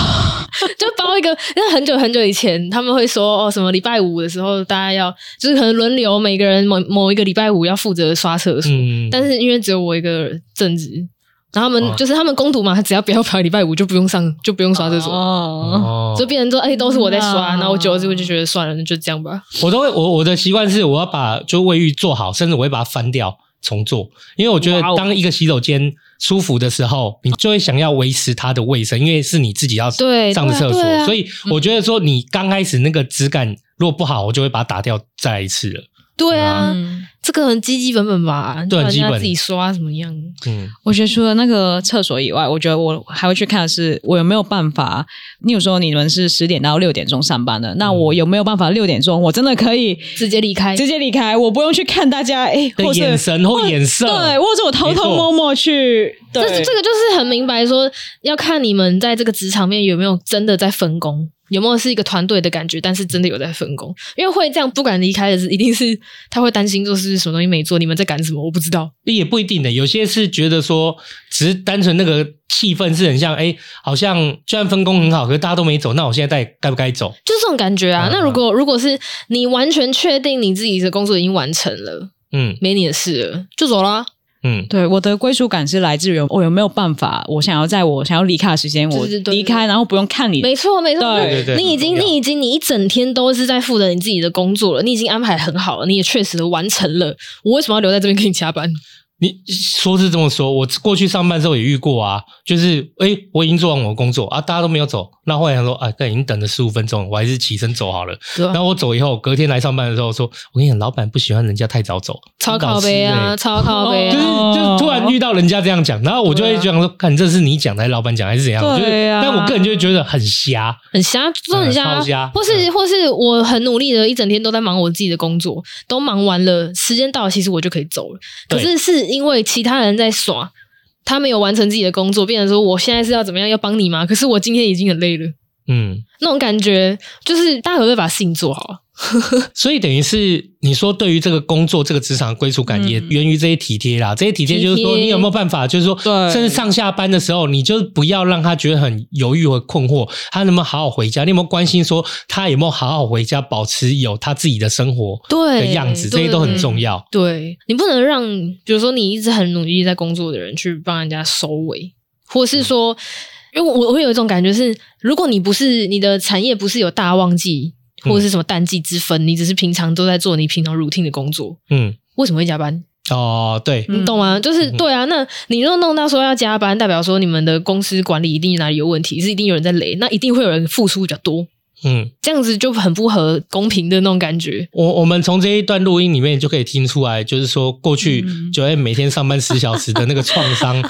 C: 就包一个，因为很久很久以前他们会说哦，什么礼拜五的时候大家要，就是可能轮流每个人某某一个礼拜五要负责刷厕所，
B: 嗯，
C: 但是因为只有我一个正职，然后他们、
B: 哦
C: 就是他们攻读嘛，只要不要排礼拜五就不用上，就不用刷厕所。
D: 哦
B: 哦
C: 所以变成说，哎、都是我在刷，
D: 嗯啊
C: 然后我久了之后就觉得算了，那就这样吧。
B: 我都会，我我的习惯是我要把就卫浴做好，甚至我会把它翻掉重做，因为我觉得
C: 哇哦
B: 当一个洗手间舒服的时候，你就会想要维持它的卫生，因为是你自己要
C: 对
B: 上厕所，
C: 对啊对啊
B: 所以我觉得说你刚开始那个质感如果不好，我就会把它打掉再来一次了。
C: 对啊，
D: 嗯
C: 这个很基基本本吧，
B: 对很基本
C: 就人家自己刷怎么样？
B: 嗯，
D: 我觉得除了那个厕所以外，我觉得我还会去看的是我有没有办法。你有时候你们是十点到六点钟上班的，那
B: 嗯
D: 我有没有办法六点钟我真的可以
C: 直接离开，
D: 直接离开，我不用去看大家哎，
B: 的
D: 或是
B: 眼神或眼色，
D: 对，或者我偷
B: 没错
D: 偷摸摸去，对
C: 这这个就是很明白说，要看你们在这个职场面有没有真的在分工，有没有是一个团队的感觉，但是真的有在分工。因为会这样不敢离开的是，一定是他会担心，就是什么东西没做，你们在赶什么，我不知道。
B: 也不一定的，有些是觉得说，只是单纯那个气氛是很像，哎，好像虽然分工很好，可是大家都没走，那我现在该该不该走？
C: 就是这种感觉啊。
B: 嗯
C: 那如果如果是你完全确定你自己的工作已经完成了，
B: 嗯
C: 没你的事了，啊就走啦。
B: 嗯，
D: 对我的归属感是来自于我有没有办法，我想要在我想要离开的时间
C: 对
D: 我
C: 对对对
D: 离开，然后不用看你，
C: 没错，没错，
D: 对
B: 对对对
C: 你已经
B: 很重要
C: 你已经你一整天都是在负责你自己的工作了，你已经安排很好了，你也确实地完成了。我为什么要留在这边给你加班？
B: 你说是这么说，我过去上班的时候也遇过啊，就是诶，我已经做完我的工作啊，大家都没有走，那后来想说啊，对，已经等了十五分钟，我还是起身走好了。
C: 对吧
B: 然？后我走以后，隔天来上班的时候说，我跟你讲，老板不喜欢人家太早走，
C: 超
B: 搞
C: 靠背啊，超靠背
B: 就是
C: 啊。
B: 就突然遇到人家这样讲，然后我就会想说，看这是你讲还是老板讲还是怎样？我就是
D: 对啊
B: 但我个人就会觉得很瞎，
C: 很瞎，真的很瞎，
B: 嗯超瞎
C: 或是或是我很努力的一整天都在忙我自己的工作，都忙完了，时间到了，其实我就可以走了。可
B: 对
C: 是是因为其他人在耍，他没有完成自己的工作，变成说我现在是要怎么样要帮你吗？可是我今天已经很累了，
B: 嗯，
C: 那种感觉就是大家可不可以把事情做好啊？
B: 所以等于是你说对于这个工作这个职场的归属感，
D: 嗯
B: 也源于这些体贴啦。这些体贴就是说，
C: 嗯体贴
B: 你有没有办法，就是说，
D: 对
B: 甚至上下班的时候，你就不要让他觉得很犹豫和困惑，他能不能好好回家？你有没有关心说他有没有好好回家，保持有他自己的生活的
C: 对，
B: 样子？这
C: 对
B: 些都很重要。
C: 对你不能让，比如说你一直很努力在工作的人去帮人家收尾，或
D: 嗯
C: 是说，因为我我会有一种感觉是，如果你不是你的产业不是有大旺季
D: 嗯
C: 或者是什么淡季之分，你只是平常都在做你平常 routine 的工作，
B: 嗯，
C: 为什么会加班？
B: 哦，对，
D: 嗯
C: 你懂吗？就是对啊，那你若弄到说要加班，代表说你们的公司管理一定哪里有问题，是一定有人在雷，那一定会有人付出比较多，
B: 嗯，
C: 这样子就很不合公平的那种感觉。
B: 我我们从这一段录音里面就可以听出来，就是说过去
D: 嗯
B: 九 M 每天上班十小时的那个创 伤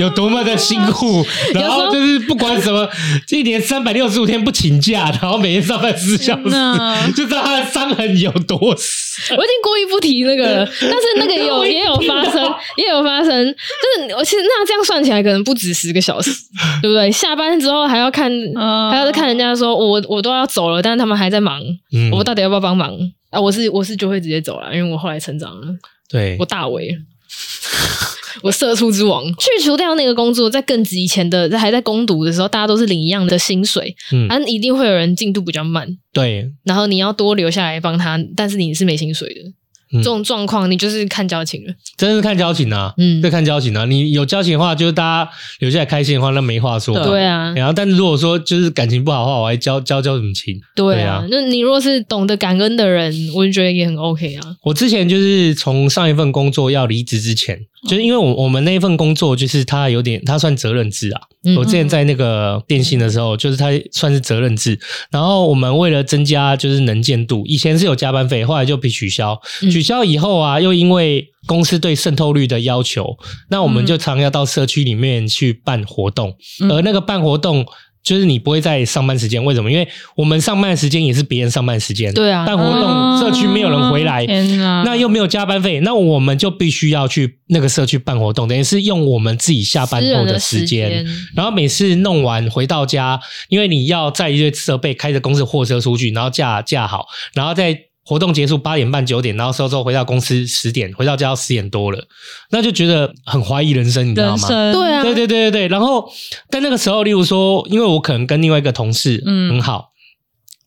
B: 有多么的辛苦，然后就是不管什么，一年三百六十五天不请假，然后每天上班十小
D: 天哪
B: 时， 就知道他的伤痕有多深。
C: 我已经故意不提那个了，但是那个也有也有发生，也有发生。就是我其实那这样算起来，可能不止十 个小时，对不对？下班之后还要看，
B: 哦
D: 嗯
C: 还要再看人家说，我我都要走了，但是他们还在忙，
B: 嗯
C: 我到底要不要帮忙啊？我是我是就会直接走了，因为我后来成长了，
B: 对
C: 我大为了。 我社畜之王，去除掉那个工作，在更之以前的，在还在攻读的时候，大家都是领一样的薪水，
B: 嗯
C: 但一定会有人进度比较慢，
B: 对，
C: 然后你要多留下来帮他，但是你是没薪水的。
B: 嗯
C: 这种状况，你就是看交情了。
B: 真是看交情啊，
C: 嗯
B: 这看交情啊。你有交情的话，就是大家留下来开心的话，那没话说。
D: 对
C: 对啊，
B: 然后，但是如果说就是感情不好的话，我还交交交什么情？
C: 对
B: 对
C: 啊
B: 啊。
C: 那你如果是懂得感恩的人，我就觉得也很 OK 啊。
B: 我之前就是从上一份工作要离职之前，就是因为我我们那一份工作就是它有点它算责任制啊。
C: 嗯
B: 我之前在那个电信的时候，就是它算是责任制。然后我们为了增加就是能见度，以前是有加班费，后来就被取消。
C: 嗯
B: 取消以后啊，又因为公司对渗透率的要求，那我
C: 嗯
B: 们就常要到社区里面去办活动，
D: 嗯
B: 而那个办活动。就是你不会在上班时间，为什么？因为我们上班的时间也是别人上班的时间，
C: 对啊嗯
B: 办活动，
D: 嗯
B: 社区没有人回来，
D: 天哪，
B: 那又没有加班费，那我们就必须要去那个社区办活动，等于是用我们自己下班
C: 私人
B: 后
C: 的
B: 时间。
C: 时
B: 然后每次弄完回到家，因为你要载一堆设备，开着公司货车出去，然后架架好，然后再活动结束八点半九点，然后收收回到公司十点，回到家十点多了，那就觉得很怀疑人生，你知道
D: 人
B: 吗？
D: 生
C: 对啊，
B: 对对对对对。然后但那个时候，例如说，因为我可能跟另外一个同事
D: 嗯
B: 很好。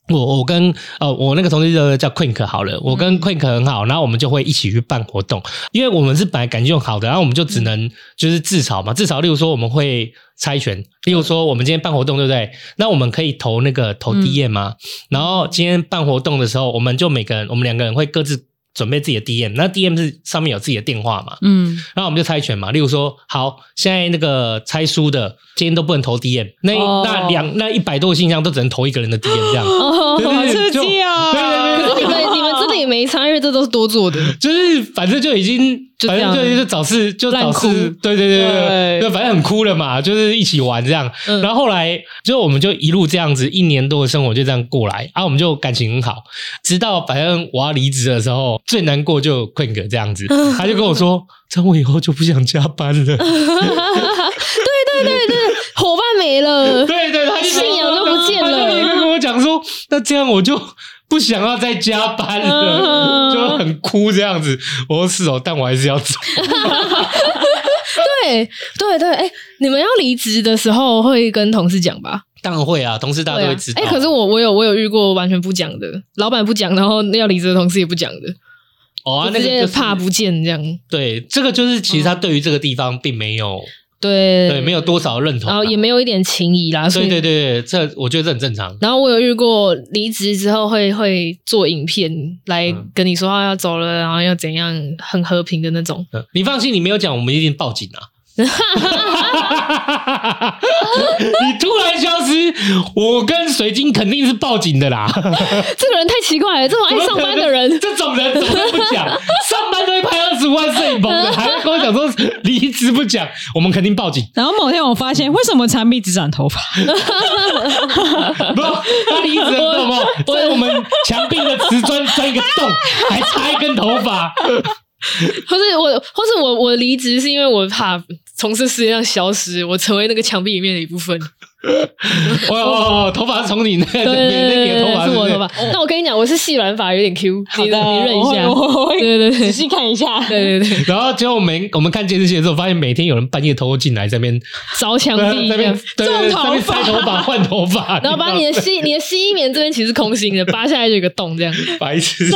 B: 我我跟呃我那个同事叫叫 Quink 好了，我跟 Quink 很好，然后我们就会一起去办活动，因为我们是本来感情就很好的，然后我们就只能就是自嘲嘛，自嘲。例如说我们会猜拳，例如说我们今天办活动对不对？那我们可以投那个投
D: 嗯
B: DM 嘛，然后今天办活动的时候，我们就每个人我们两个人会各自准备自己的 DM，那 DM 是上面有自己的电话嘛，
D: 嗯
B: 然后我们就猜拳嘛，例如说，好，现在那个猜输的今天都不能投 DM，那、
D: 哦
B: 那两那一百多个信箱都只能投一个人的 DM 这样。
C: 哦
B: 对对
D: 好
B: 对
D: 刺
B: 就
D: 激哦
B: 对对对
C: 你
B: 对，
C: 们你们真的也没差，因为这都是多做的。
B: 就是反正就已经，
C: 就这
B: 反
C: 样
B: 正就就找事就
D: 烂
B: 找
D: 哭
B: 事，对对对
D: 对
B: 对，就反正很哭了嘛，就是一起玩这样。
C: 嗯
B: 然后后来就我们就一路这样子，一年多的生活就这样过来啊，我们就感情很好，直到反正我要离职的时候，最难过就困哥这样 子，他就跟我说，这样我以后就不想加班了。
C: 对对对对，伙伴没 了。
B: 对对，他就
C: 信仰都不见了
B: 他就一直跟我讲说，那这样我就不想要再加班了，
C: 嗯
B: 就很哭这样子。我说是哦，但我还是要 走。
C: 对对对，哎，你们要离职的时候会跟同事讲吧？
B: 当然会啊，同事大家
C: 对
B: 都
C: 啊
B: 会知。道。
C: 哎，可是我我有我有遇过完全不讲的，老板不讲，然后要离职的同事也不讲的，
B: 哦、啊，
C: 就
B: 那
C: 直
B: 个
C: 接
B: 就是
C: 怕不见这样。
B: 对，这个就是其实他对于这个地方并没有、
C: 对
B: 对没有多少认同、
C: 然
B: 啊，
C: 后也没有一点情谊啦。所以
B: 对对对对，这我觉得这很正常。
C: 然后我有遇过离职之后会会做影片来
B: 嗯
C: 跟你说啊要走了，然后要怎样很和平的那种。
B: 嗯你放心，你没有讲，我们一定报 警啊！你突然消失，我跟水晶肯定是报警的啦。
C: 这个人太奇怪了，这种爱哎上班的人，
B: 这种人怎么会不 讲？上班都会拍二十五万摄影棚的，还会跟我讲说离职不讲，我们肯定 报警。
D: 然后某天我发现，为什么产品只长头发？
B: 不，他离职的时候有没有在我们墙壁的瓷 砖钻一个洞，还插一根头发。
C: 或是我，或是我，我离职是因为我怕从这世界上消失，我成为那个墙壁里面的一部分。
B: 哦哦哦，头发是从你那个
C: 对
B: 那
C: 对对
B: 那
C: 对
B: 你的头发
C: 是我的头
B: 发。
C: 发。那我跟你讲，我是细软发，有点 Q，你你认一下
D: 我。会我会
C: 对对对
D: 仔细看一下。
C: 对对对，
B: 然后结果我们我们看监视器的时候，发现每天有人半夜偷偷进来这边呃
C: 凿墙
B: 在
C: 壁
B: 那
C: 这样
B: 边对对对
D: 种头
B: 这边拆头发换头发，
C: 然后把你的吸你的吸棉这边其实是空心的，扒下来就有一个洞，这样
B: 白痴。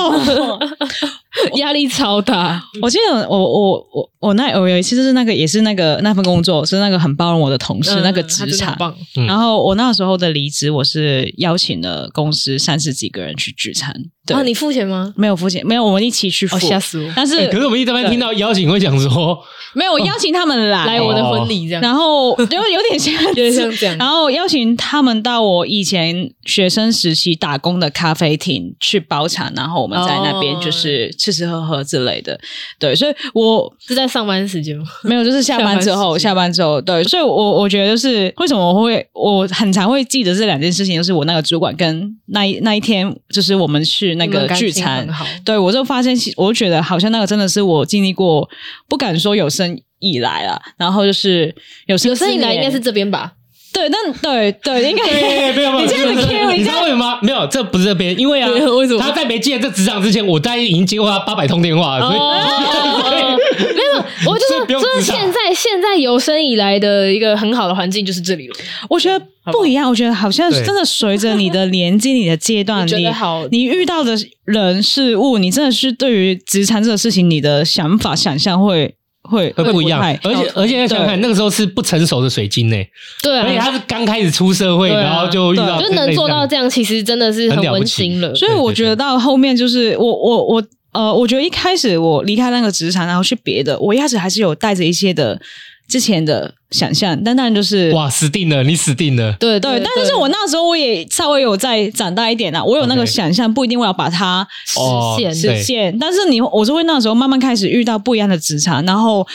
C: 压力超大。
D: 我记得我我我我那我有一次就是那个也是那个那份工作是那个很包容我的同事、
C: 嗯
D: 哦那个
C: 他
D: 职
C: 真的
D: 场
C: 很，棒。
B: 嗯
D: 然后我那时候的离职，我是邀请了公司三十几个人去聚餐，对
C: 啊，你付钱吗？
D: 没有付钱，没有，我们一起去付。
C: 哦，吓死我！
D: 但是、
B: 欸可是我们一般听到邀请会讲说，
D: 没有我邀请他们来，
C: 来我的婚礼这样，
D: 然后就有点像
C: 有点像这样
D: 然后邀请他们到我以前学生时期打工的咖啡厅去包场，然后我们在那边
C: 哦
D: 就是吃吃喝喝之类的。对，所以我
C: 是在上班时间吗？
D: 没有，就是下班 之后，
C: 下
D: 下班之后，对，所以我我觉得就是为什么我会我很常会记得这两件事情，就是我那个主管跟那一那一天，就是我们去那
C: 你们
D: 个
C: 感
D: 聚
C: 情
D: 餐
C: 很，好
D: 对我就发现，其我觉得好像那个真的是我经历过，不敢说有生以来了，然后就是有生
C: 有生以来
D: 之
C: 应
D: 年
C: 该是这边吧？
D: 对，但对对应该
B: 对，没有没有，
D: 你这样子 Q，
B: 你
D: 你
B: 知
D: 这
B: 道
D: 样
B: 为什么吗？没有，这不是这边，因为啊
C: 对，为什么
B: 他在没进这职场之前，我大概已经接过他八百通电话啊了，所以
C: 哦，没有，我就
B: 所以
C: 说，
B: 不用
C: 就是
B: 知道
C: 现在现在有生以来的一个很好的环境就是这里了。
D: 我觉得不一样，我觉得好像
B: 对
D: 真的随着你的年纪、你的阶 段，
C: 我觉得
D: 啊你
C: 好
D: 你遇到的人事物，你真的是对于职场这个事情，你的想法、想象会会
B: 会不一样
D: 太。
B: 而且而且想想看，那个时候是不成熟的水晶呢，
C: 对
B: 而且
C: 啊，
B: 他是刚开始出社会，
C: 对啊
B: 然后就遇到
C: 就是能做到这样，其实真的是
B: 很了不
C: 温
B: 起
C: 馨了。
D: 所以我觉得到后面就是我我我呃，我觉得一开始我离开那个职场，然后去别的，我一开始还是有带着一些的之前的想象，但当然就是
B: 哇，死定了，你死定了。
C: 对
D: 对，但是我那时候我也稍微有再长大一点啦，我有那个
B: OK
D: 想象，不一定我要把它
B: 哦
C: 实现
B: 对
D: 实现。但是你，我是会那时候慢慢开始遇到不一样的职场，然后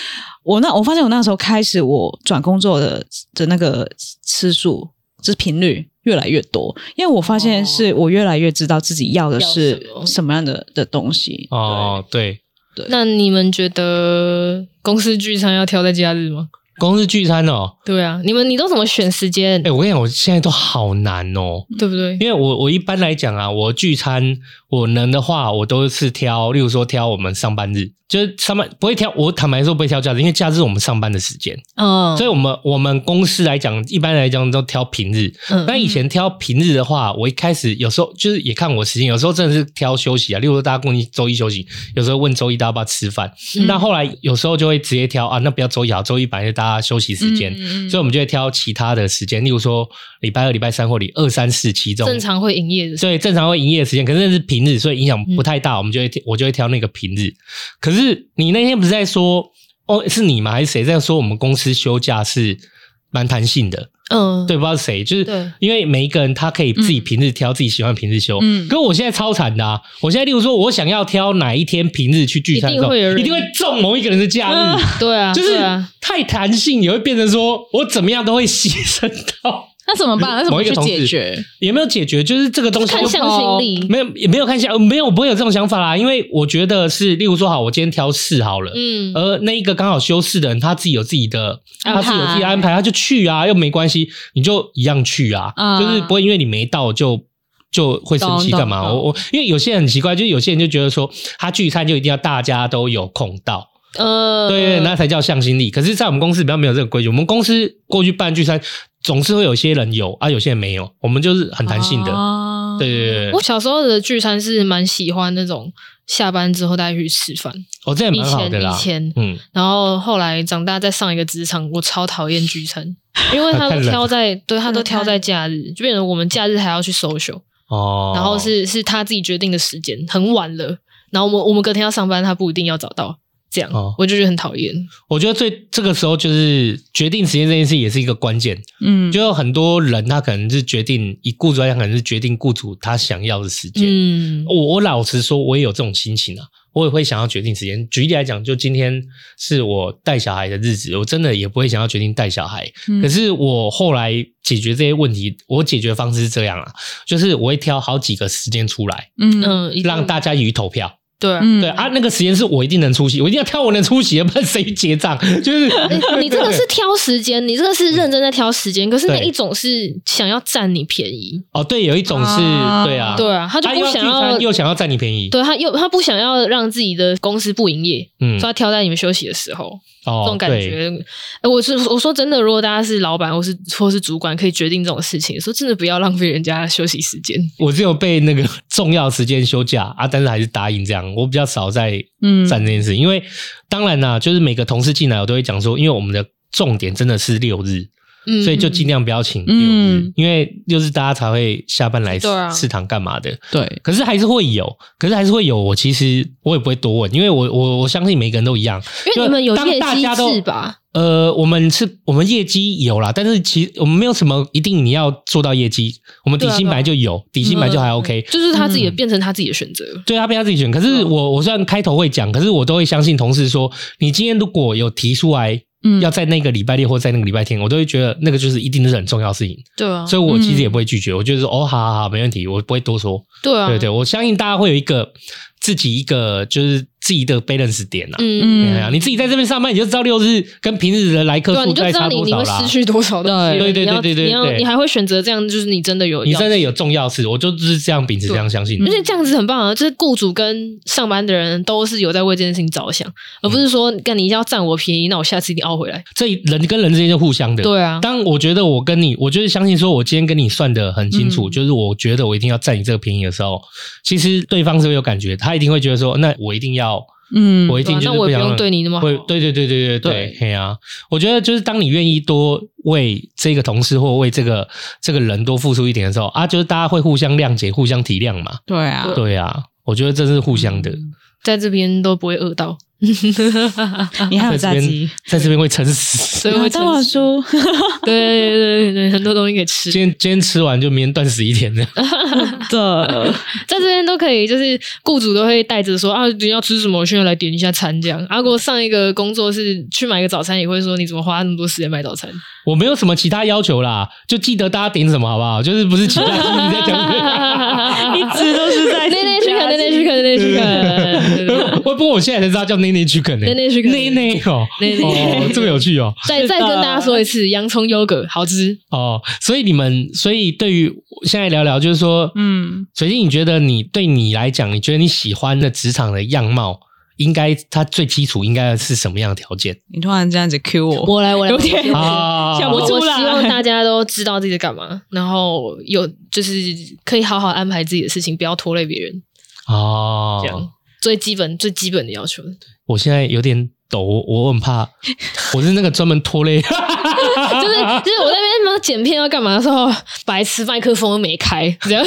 D: 我那我发现我那时候开始我转工作的的那个次数，就是频率越来越多，因为我发现
C: 哦
D: 是我越来越知道自己要的
C: 要
D: 是
C: 什么
D: 什么样的的东西。
B: 哦，对，
C: 那你们觉得公司聚餐要挑在假日吗？
B: 公司聚餐哦，
C: 对啊，你们你都怎么选时间
B: 哎、？我跟你讲，我现在都好难哦，
C: 对不对？
B: 因为我我一般来讲啊，我聚餐我能的话，我都是挑，例如说挑我们上班日，就是上班不会挑，我坦白说不会挑假日，因为假日是我们上班的时间，
C: 嗯
B: 所以我们我们公司来讲，一般来讲都挑平日。
C: 嗯
B: 但以前挑平日的话，我一开始有时候就是也看我时间，有时候真的是挑休息啊，例如说大家共周一休息，有时候问周一大家要不要吃饭，
C: 嗯
B: 那后来有时候就会直接挑啊，那不要周一好，周一本来就大家休息时间，
C: 嗯嗯嗯
B: 所以我们就会挑其他的时间，例如说礼拜二、礼拜三或礼二三四七这种
C: 正常会营业的时候，
B: 所以正常会营业的时间，可是那是平日，所以影响不太大，我们就会我就会挑那个平日。可是你那天不是在说哦，是你吗？还是谁在说我们公司休假是蛮弹性的？
C: 嗯，
B: 对，不知道是谁，就
C: 对
B: 是因为每一个人他可以自己
D: 嗯
B: 平日挑自己喜欢的平日休。
D: 嗯
B: 可是我现在超惨的啊！我现在例如说，我想要挑哪一天平日去聚餐的时候，
C: 一定会有人
B: 一定会中某一个人的假日，
C: 对啊，
B: 就是
C: 对啊，
B: 太弹性，也会变成说我怎么样都会牺牲到。
D: 那怎么办？那怎
B: 某
D: 么
B: 一个
D: 去
B: 同
D: 解
B: 事
D: 决？
B: 也没有解决，就是这个东西哦
C: 看
B: 就
C: 向心力。
B: 没有，也没有看一下，呃没有不会有这种想法啦，因为我觉得是，例如说好，我今天挑四好了，
C: 嗯，
B: 而那一个刚好休四的人，他自己有自己的，
C: 安
B: 他
C: 排
B: 自己有自己的安排，他就去啊，又没关系，你就一样去啊，
D: 啊
B: 就是不会因为你没到就。就会生气
D: 懂
B: 干嘛？
D: 懂懂
B: 我我因为有些人很奇怪，就是有些人就觉得说，他聚餐就一定要大家都有空到，
D: 嗯
C: 呃，
B: 对对，那才叫向心力。可是，在我们公司比较没有这个规矩，我们公司过去办聚餐，总是会有些人有啊，有些人没有，我们就是很弹性的。
D: 哦
B: 对对对对，
C: 我小时候的聚餐是蛮喜欢那种下班之后大家去吃饭，
B: 哦，这也
C: 以
B: 蛮好
C: 前
B: 的啦
C: 以。前，
B: 嗯，
C: 然后后来长大再上一个职场，我超讨厌聚餐，因为 他
B: 太
C: 们
B: 冷了
C: 挑在对他
D: 真的
C: 都挑
D: 太
C: 在
D: 冷
C: 假日，就变成我们假日还要去 social，
B: 哦，
C: 然后是是他自己决定的时间，很晚了，然后我们我们隔天要上班，他不一定要找到。这样
B: 哦，
C: 我就觉得很讨厌。
B: 我觉得最这个时候就是决定时间这件事也是一个关键，
D: 嗯，
B: 就有很多人他可能是决定以雇主来讲，可能是决定雇主他想要的时间。
C: 嗯，
B: 我我老实说，我也有这种心情啊，我也会想要决定时间。举例来讲，就今天是我带小孩的日子，我真的也不会想要决定带小孩。
D: 嗯
B: 可是我后来解决这些问题，我解决方式是这样啊，就是我会挑好几个时间出来，
D: 嗯
C: 嗯，一定
B: 让大家予以投票。
C: 对啊。
D: 嗯
B: 对啊，那个时间是我一定能出席，我一定要挑我能出席的，不然谁结账？ 就是
C: 诶哎你这个是挑时间，你这个是认真在挑时间，可是那
B: 对
C: 一种是想要占你便宜，
B: 哦，对，有一种是，
D: 啊
B: 对啊，
C: 对啊，他就
B: 他
C: 不
B: 又要聚
C: 想要
B: 餐，又想要占你便宜，
C: 对他又他不想要让自己的公司不营业，
B: 嗯
C: 所以，他挑在你们休息的时候，
B: 哦，
C: 这种感
B: 对，
C: 觉。哎，我是我说真的，如果大家是老板或是或是主管，可以决定这种事情，说真的不要浪费人家休息时间。
B: 我只有被那个重要时间休假啊，但是还是答应这样，我比较少在
D: 嗯
B: 占这件事，因为当然啦，就是每个同事进来，我都会讲说，因为我们的重点真的是六日，
C: 嗯
B: 所以就尽量不要请六日，
D: 嗯，
B: 因为六日大家才会下班来
C: 对啊
B: 试堂干嘛的。
D: 对，
B: 可是还是会有，可是还是会有。我其实我也不会多问，因为我我我相信每个人都一样。
C: 因为你们有
B: 就
C: 业
B: 当大
C: 绩
B: 家都
C: 制吧？
B: 呃，我们是我们业绩有啦，但是其实我们没有什么一定你要做到业绩，我们底
C: 对啊
B: 薪本来就有，底薪本来就还 OK。
C: 就是他自己的
D: 嗯
C: 变成他自己的选择。
B: 对他被他自己选，可是我我虽然开头会讲，可是我都会相信同事说，你今天如果有提出来
D: 嗯
B: 要在那个礼拜六或在那个礼拜天，我都会觉得那个就是一定是很重要的事情，
C: 对啊，
B: 所以我其实也不会拒绝，我就是说哦，好好好，没问题，我不会多说。
C: 对啊，
B: 对对，我相信大家会有一个自己一个就是自己的 balance 点啊。
C: 嗯，
B: 对
D: 嗯
B: 啊，，你自己在这边上班，你就知道六日跟平日的来客
C: 对啊，
B: 数
C: 你就
B: 在
C: 知
B: 差
C: 道你
B: 多
C: 你
B: 少
C: 会
B: 啦
C: 失。去多少东西了。
B: 对对对
C: 你要
B: 对对
C: 你要
B: 对
C: 你还会选择这样，就是你真的有
B: 你
C: 要
B: 真的有重要事，我就就是这样秉持这样相信
C: 而。且这样子很棒啊！就是雇主跟上班的人都是有在为这件事情着想，而不
B: 嗯
C: 是说干你一定要占我便宜，那我下次一定凹回来。
B: 这人跟人之间是互相的。
C: 对啊，
B: 当我觉得我跟你，我就是相信说，我今天跟你算的很清楚，
D: 嗯
B: 就是我觉得我一定要占你这个便宜的时候，其实对方是会有感觉，他一定会觉得说，那我一定要，
D: 嗯，
B: 我一定
C: 对啊
B: 就是
C: 那我也
B: 想
C: 不用
B: 让
C: 对你那么好
B: 会对对对对对对
D: 对，
B: 嘿啊！我觉得就是当你愿意多为这个同事或为这个这个人多付出一点的时候啊，就是大家会互相谅解、互相体谅嘛。
D: 对啊，
B: 对啊，我觉得这是互相的，
D: 嗯
C: 在这边都不会 饿到，
D: 你还有
B: 在
D: 炸
B: 这
D: 鸡啊
B: 边，在这边会撑死。
C: 所以会
D: 大碗
C: 撑
D: 叔，
C: 对对对对，很多东西可以吃，
B: 今天今天吃完就明天断食一天的，
D: 的，
C: 在这边都可以，就是雇主都会带着说啊，你要吃什么，我现在来点一下餐这样。啊，我上一个工作是去买个早餐，也会说你怎么花那么多时间买早餐？
B: 我没有什么其他要求啦，就记得大家点什么好不好？就是不是其他，就是你在讲什么。
D: 一直都是在
C: 内内去看，内内去看，内内去看。
B: 我不过我现在才知道叫内内去啃呢，
C: 内内去啃
B: 内内哦，
C: 内内
B: 哦，这么有趣哦
C: 再再跟大家说一次，洋葱优格好吃。
B: 哦，所以你们，所以对于现在聊聊，就是说，
D: 嗯，
B: 水晶，你觉得你对你来讲，你觉得你喜欢的职场的样貌，应该它最基础应该是什么样的条 件
D: 你突然这样子 Q 我，
C: 我来，我来，
D: 有点
C: 我来
B: 啊？
D: 像
C: 我
D: 我
C: 我
D: 出来
C: 希望大家都知道自己在干嘛，然后有就是可以好好安排自己的事情，不要拖累别人，这样、
B: 哦，
C: 最基本最基本的要求。
B: 我现在有点抖，我我很怕， 我是那个专门拖累。
C: 就是就是我在那边什么剪片要干嘛的时候，白痴麦克风都没开，这样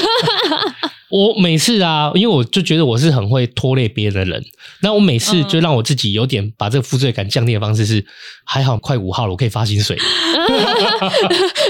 B: 我每次啊，因为我就觉得我是很会拖累别人的人，那我每
D: 嗯
B: 次就让我自己有点把这个负罪感降低的方式是，还好快五号了，我可以发薪水，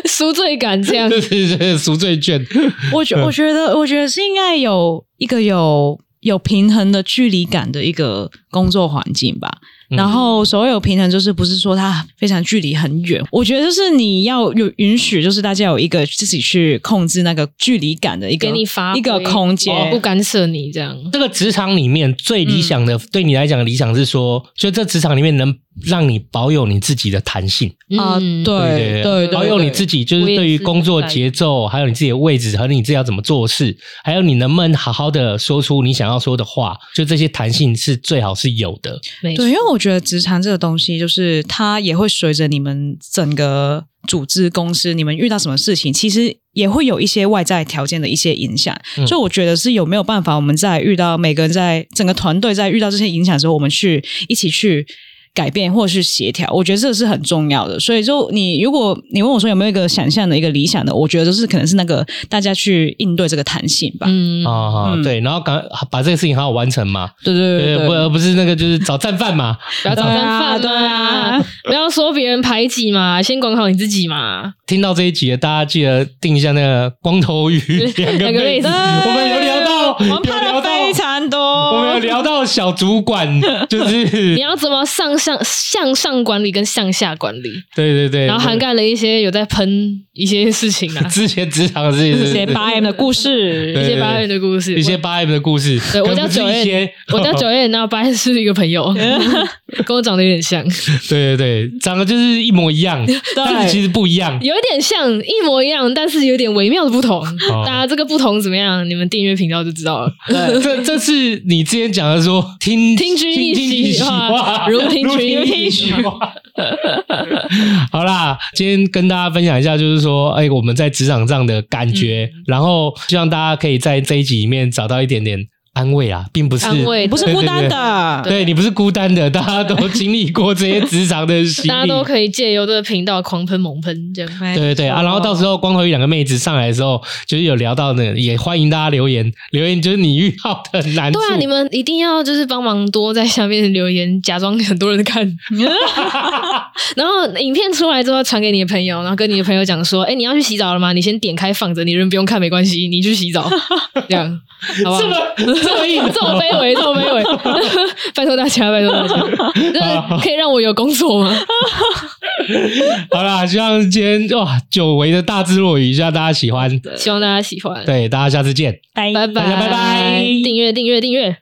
C: 赎罪感 这样
B: 这。是这是赎罪券。
D: 我觉我觉得我觉得是应该有一个有有平衡的距离感的一个工作环境吧。
B: 嗯
D: 然后所谓有平衡，就是不是说它非常距离很远，我觉得就是你要有允许，就是大家有一个自己去控制那个距离感的一个
C: 给你发挥哦
D: 一个空间
C: 我，不干涉你这样。
B: 这个职场里面最理想
D: 嗯
B: 的，对你来讲的理想是说，就这职场里面能让你保有你自己的弹性，
D: 啊，
C: 嗯，
D: 对对，
B: 保有你自己
D: 己，
B: 就是对于工作节奏，还有你自己的位置，和你自己要怎么做事，还有你能不能好好的说出你想要说的话，就这些弹性是最好是有的。
C: 没错
D: 对，因为我觉得职场这个东西，就是它也会随着你们整个组织、公司，你们遇到什么事情，其实也会有一些外在条件的一些影响。
B: 嗯
D: 所以我觉得是有没有办法，我们在遇到每个人在整个团队在遇到这些影响的时候，我们去一起去。改变或者是协调，我觉得这是很重要的。所以，就你如果你问我说有没有一个想象的一个理想的，我觉得就是可能是那个大家去应对这个弹性吧。
C: 嗯
B: 啊、
D: 嗯
B: 对，然后赶把这个事情好好完成嘛，
D: 对对对
B: 对，
D: 对
B: 不而不是那个就是找战犯嘛，
C: 不要找
D: 对
C: 战
D: 啊
C: 犯
D: 对
C: 嘛，
D: 啊
C: 不要说别人排挤嘛，先管好你自己嘛。
B: 听到这一集的大家记得定一下那个光 头鱼两个
C: 两个
B: 妹
C: 妹
B: 子，
C: 子
B: 我们有聊到，
D: 哎我们
B: 有
D: 拍
B: 聊到，
D: 了非常多，
B: 我们有聊到小主 管，就
C: 你
B: 是
C: 要怎么上上向上管理跟向下管理，
B: 对对对，，
C: 然后涵盖了一些有在喷一些事情 啊
B: 之前职场的事情，
D: 一些八 M 的故
B: 对
D: 事，
C: 一些八月的故事，
B: 一些八 M 的故事，
C: 对我
B: 可
C: 叫
B: 不是
C: 九
B: 一些
C: 月，，我叫九月，然后白是一个朋 友，跟我长得有点像，
B: 对对对，长得就是一模一 样，但是其实不一样。
C: 有点像，一模一样，但是有点微妙的不同。
D: 哦
C: 大家这个不同怎么样？你们订阅频道就知道了。
B: 这这是你之前讲的说听
C: 听君一
B: 听
C: 席
B: 席
C: 话
B: 话，
C: 如听君
B: 君
C: 一席
B: 话。 好啦，今天跟大家分享一下，就是说，哎、
C: 嗯
B: 我们在职场上的感觉，然后希望大家可以在这一集里面找到一点点。安慰啊，并不是
C: 安慰，
D: 不是孤单
C: 啊
D: 的，
B: 对你不是孤单 的，大家都经历过这些职场的洗礼，
C: 大家都可以借由这个频道狂喷猛喷这样。
D: 对
B: 对对对啊，然后到时候光头与两个妹子上来的时候，就是有聊到那个，也欢迎大家留言， 留言就是你遇到的难处。
C: 对啊，你们一定要就是帮忙多在下面留言，假装很多人 看，然后影片出来之后传给你的朋友，然后跟你的朋友讲说：“哎、你要去洗澡了吗？你先点开放着，你人不用看没关系，你去洗 澡。”这样，好不好
B: 这？么这么硬，
C: 这么卑微，这么卑微， 拜托大家，拜托大 家， 那可以让我有工作吗？
B: 好啦，希望今天哇久违的大智若愚，希望大家喜欢。
C: 希望大家喜欢，
B: 对，大家下次见。
D: 拜
C: 拜拜，
B: 大家拜拜
C: 订阅，订阅，订阅。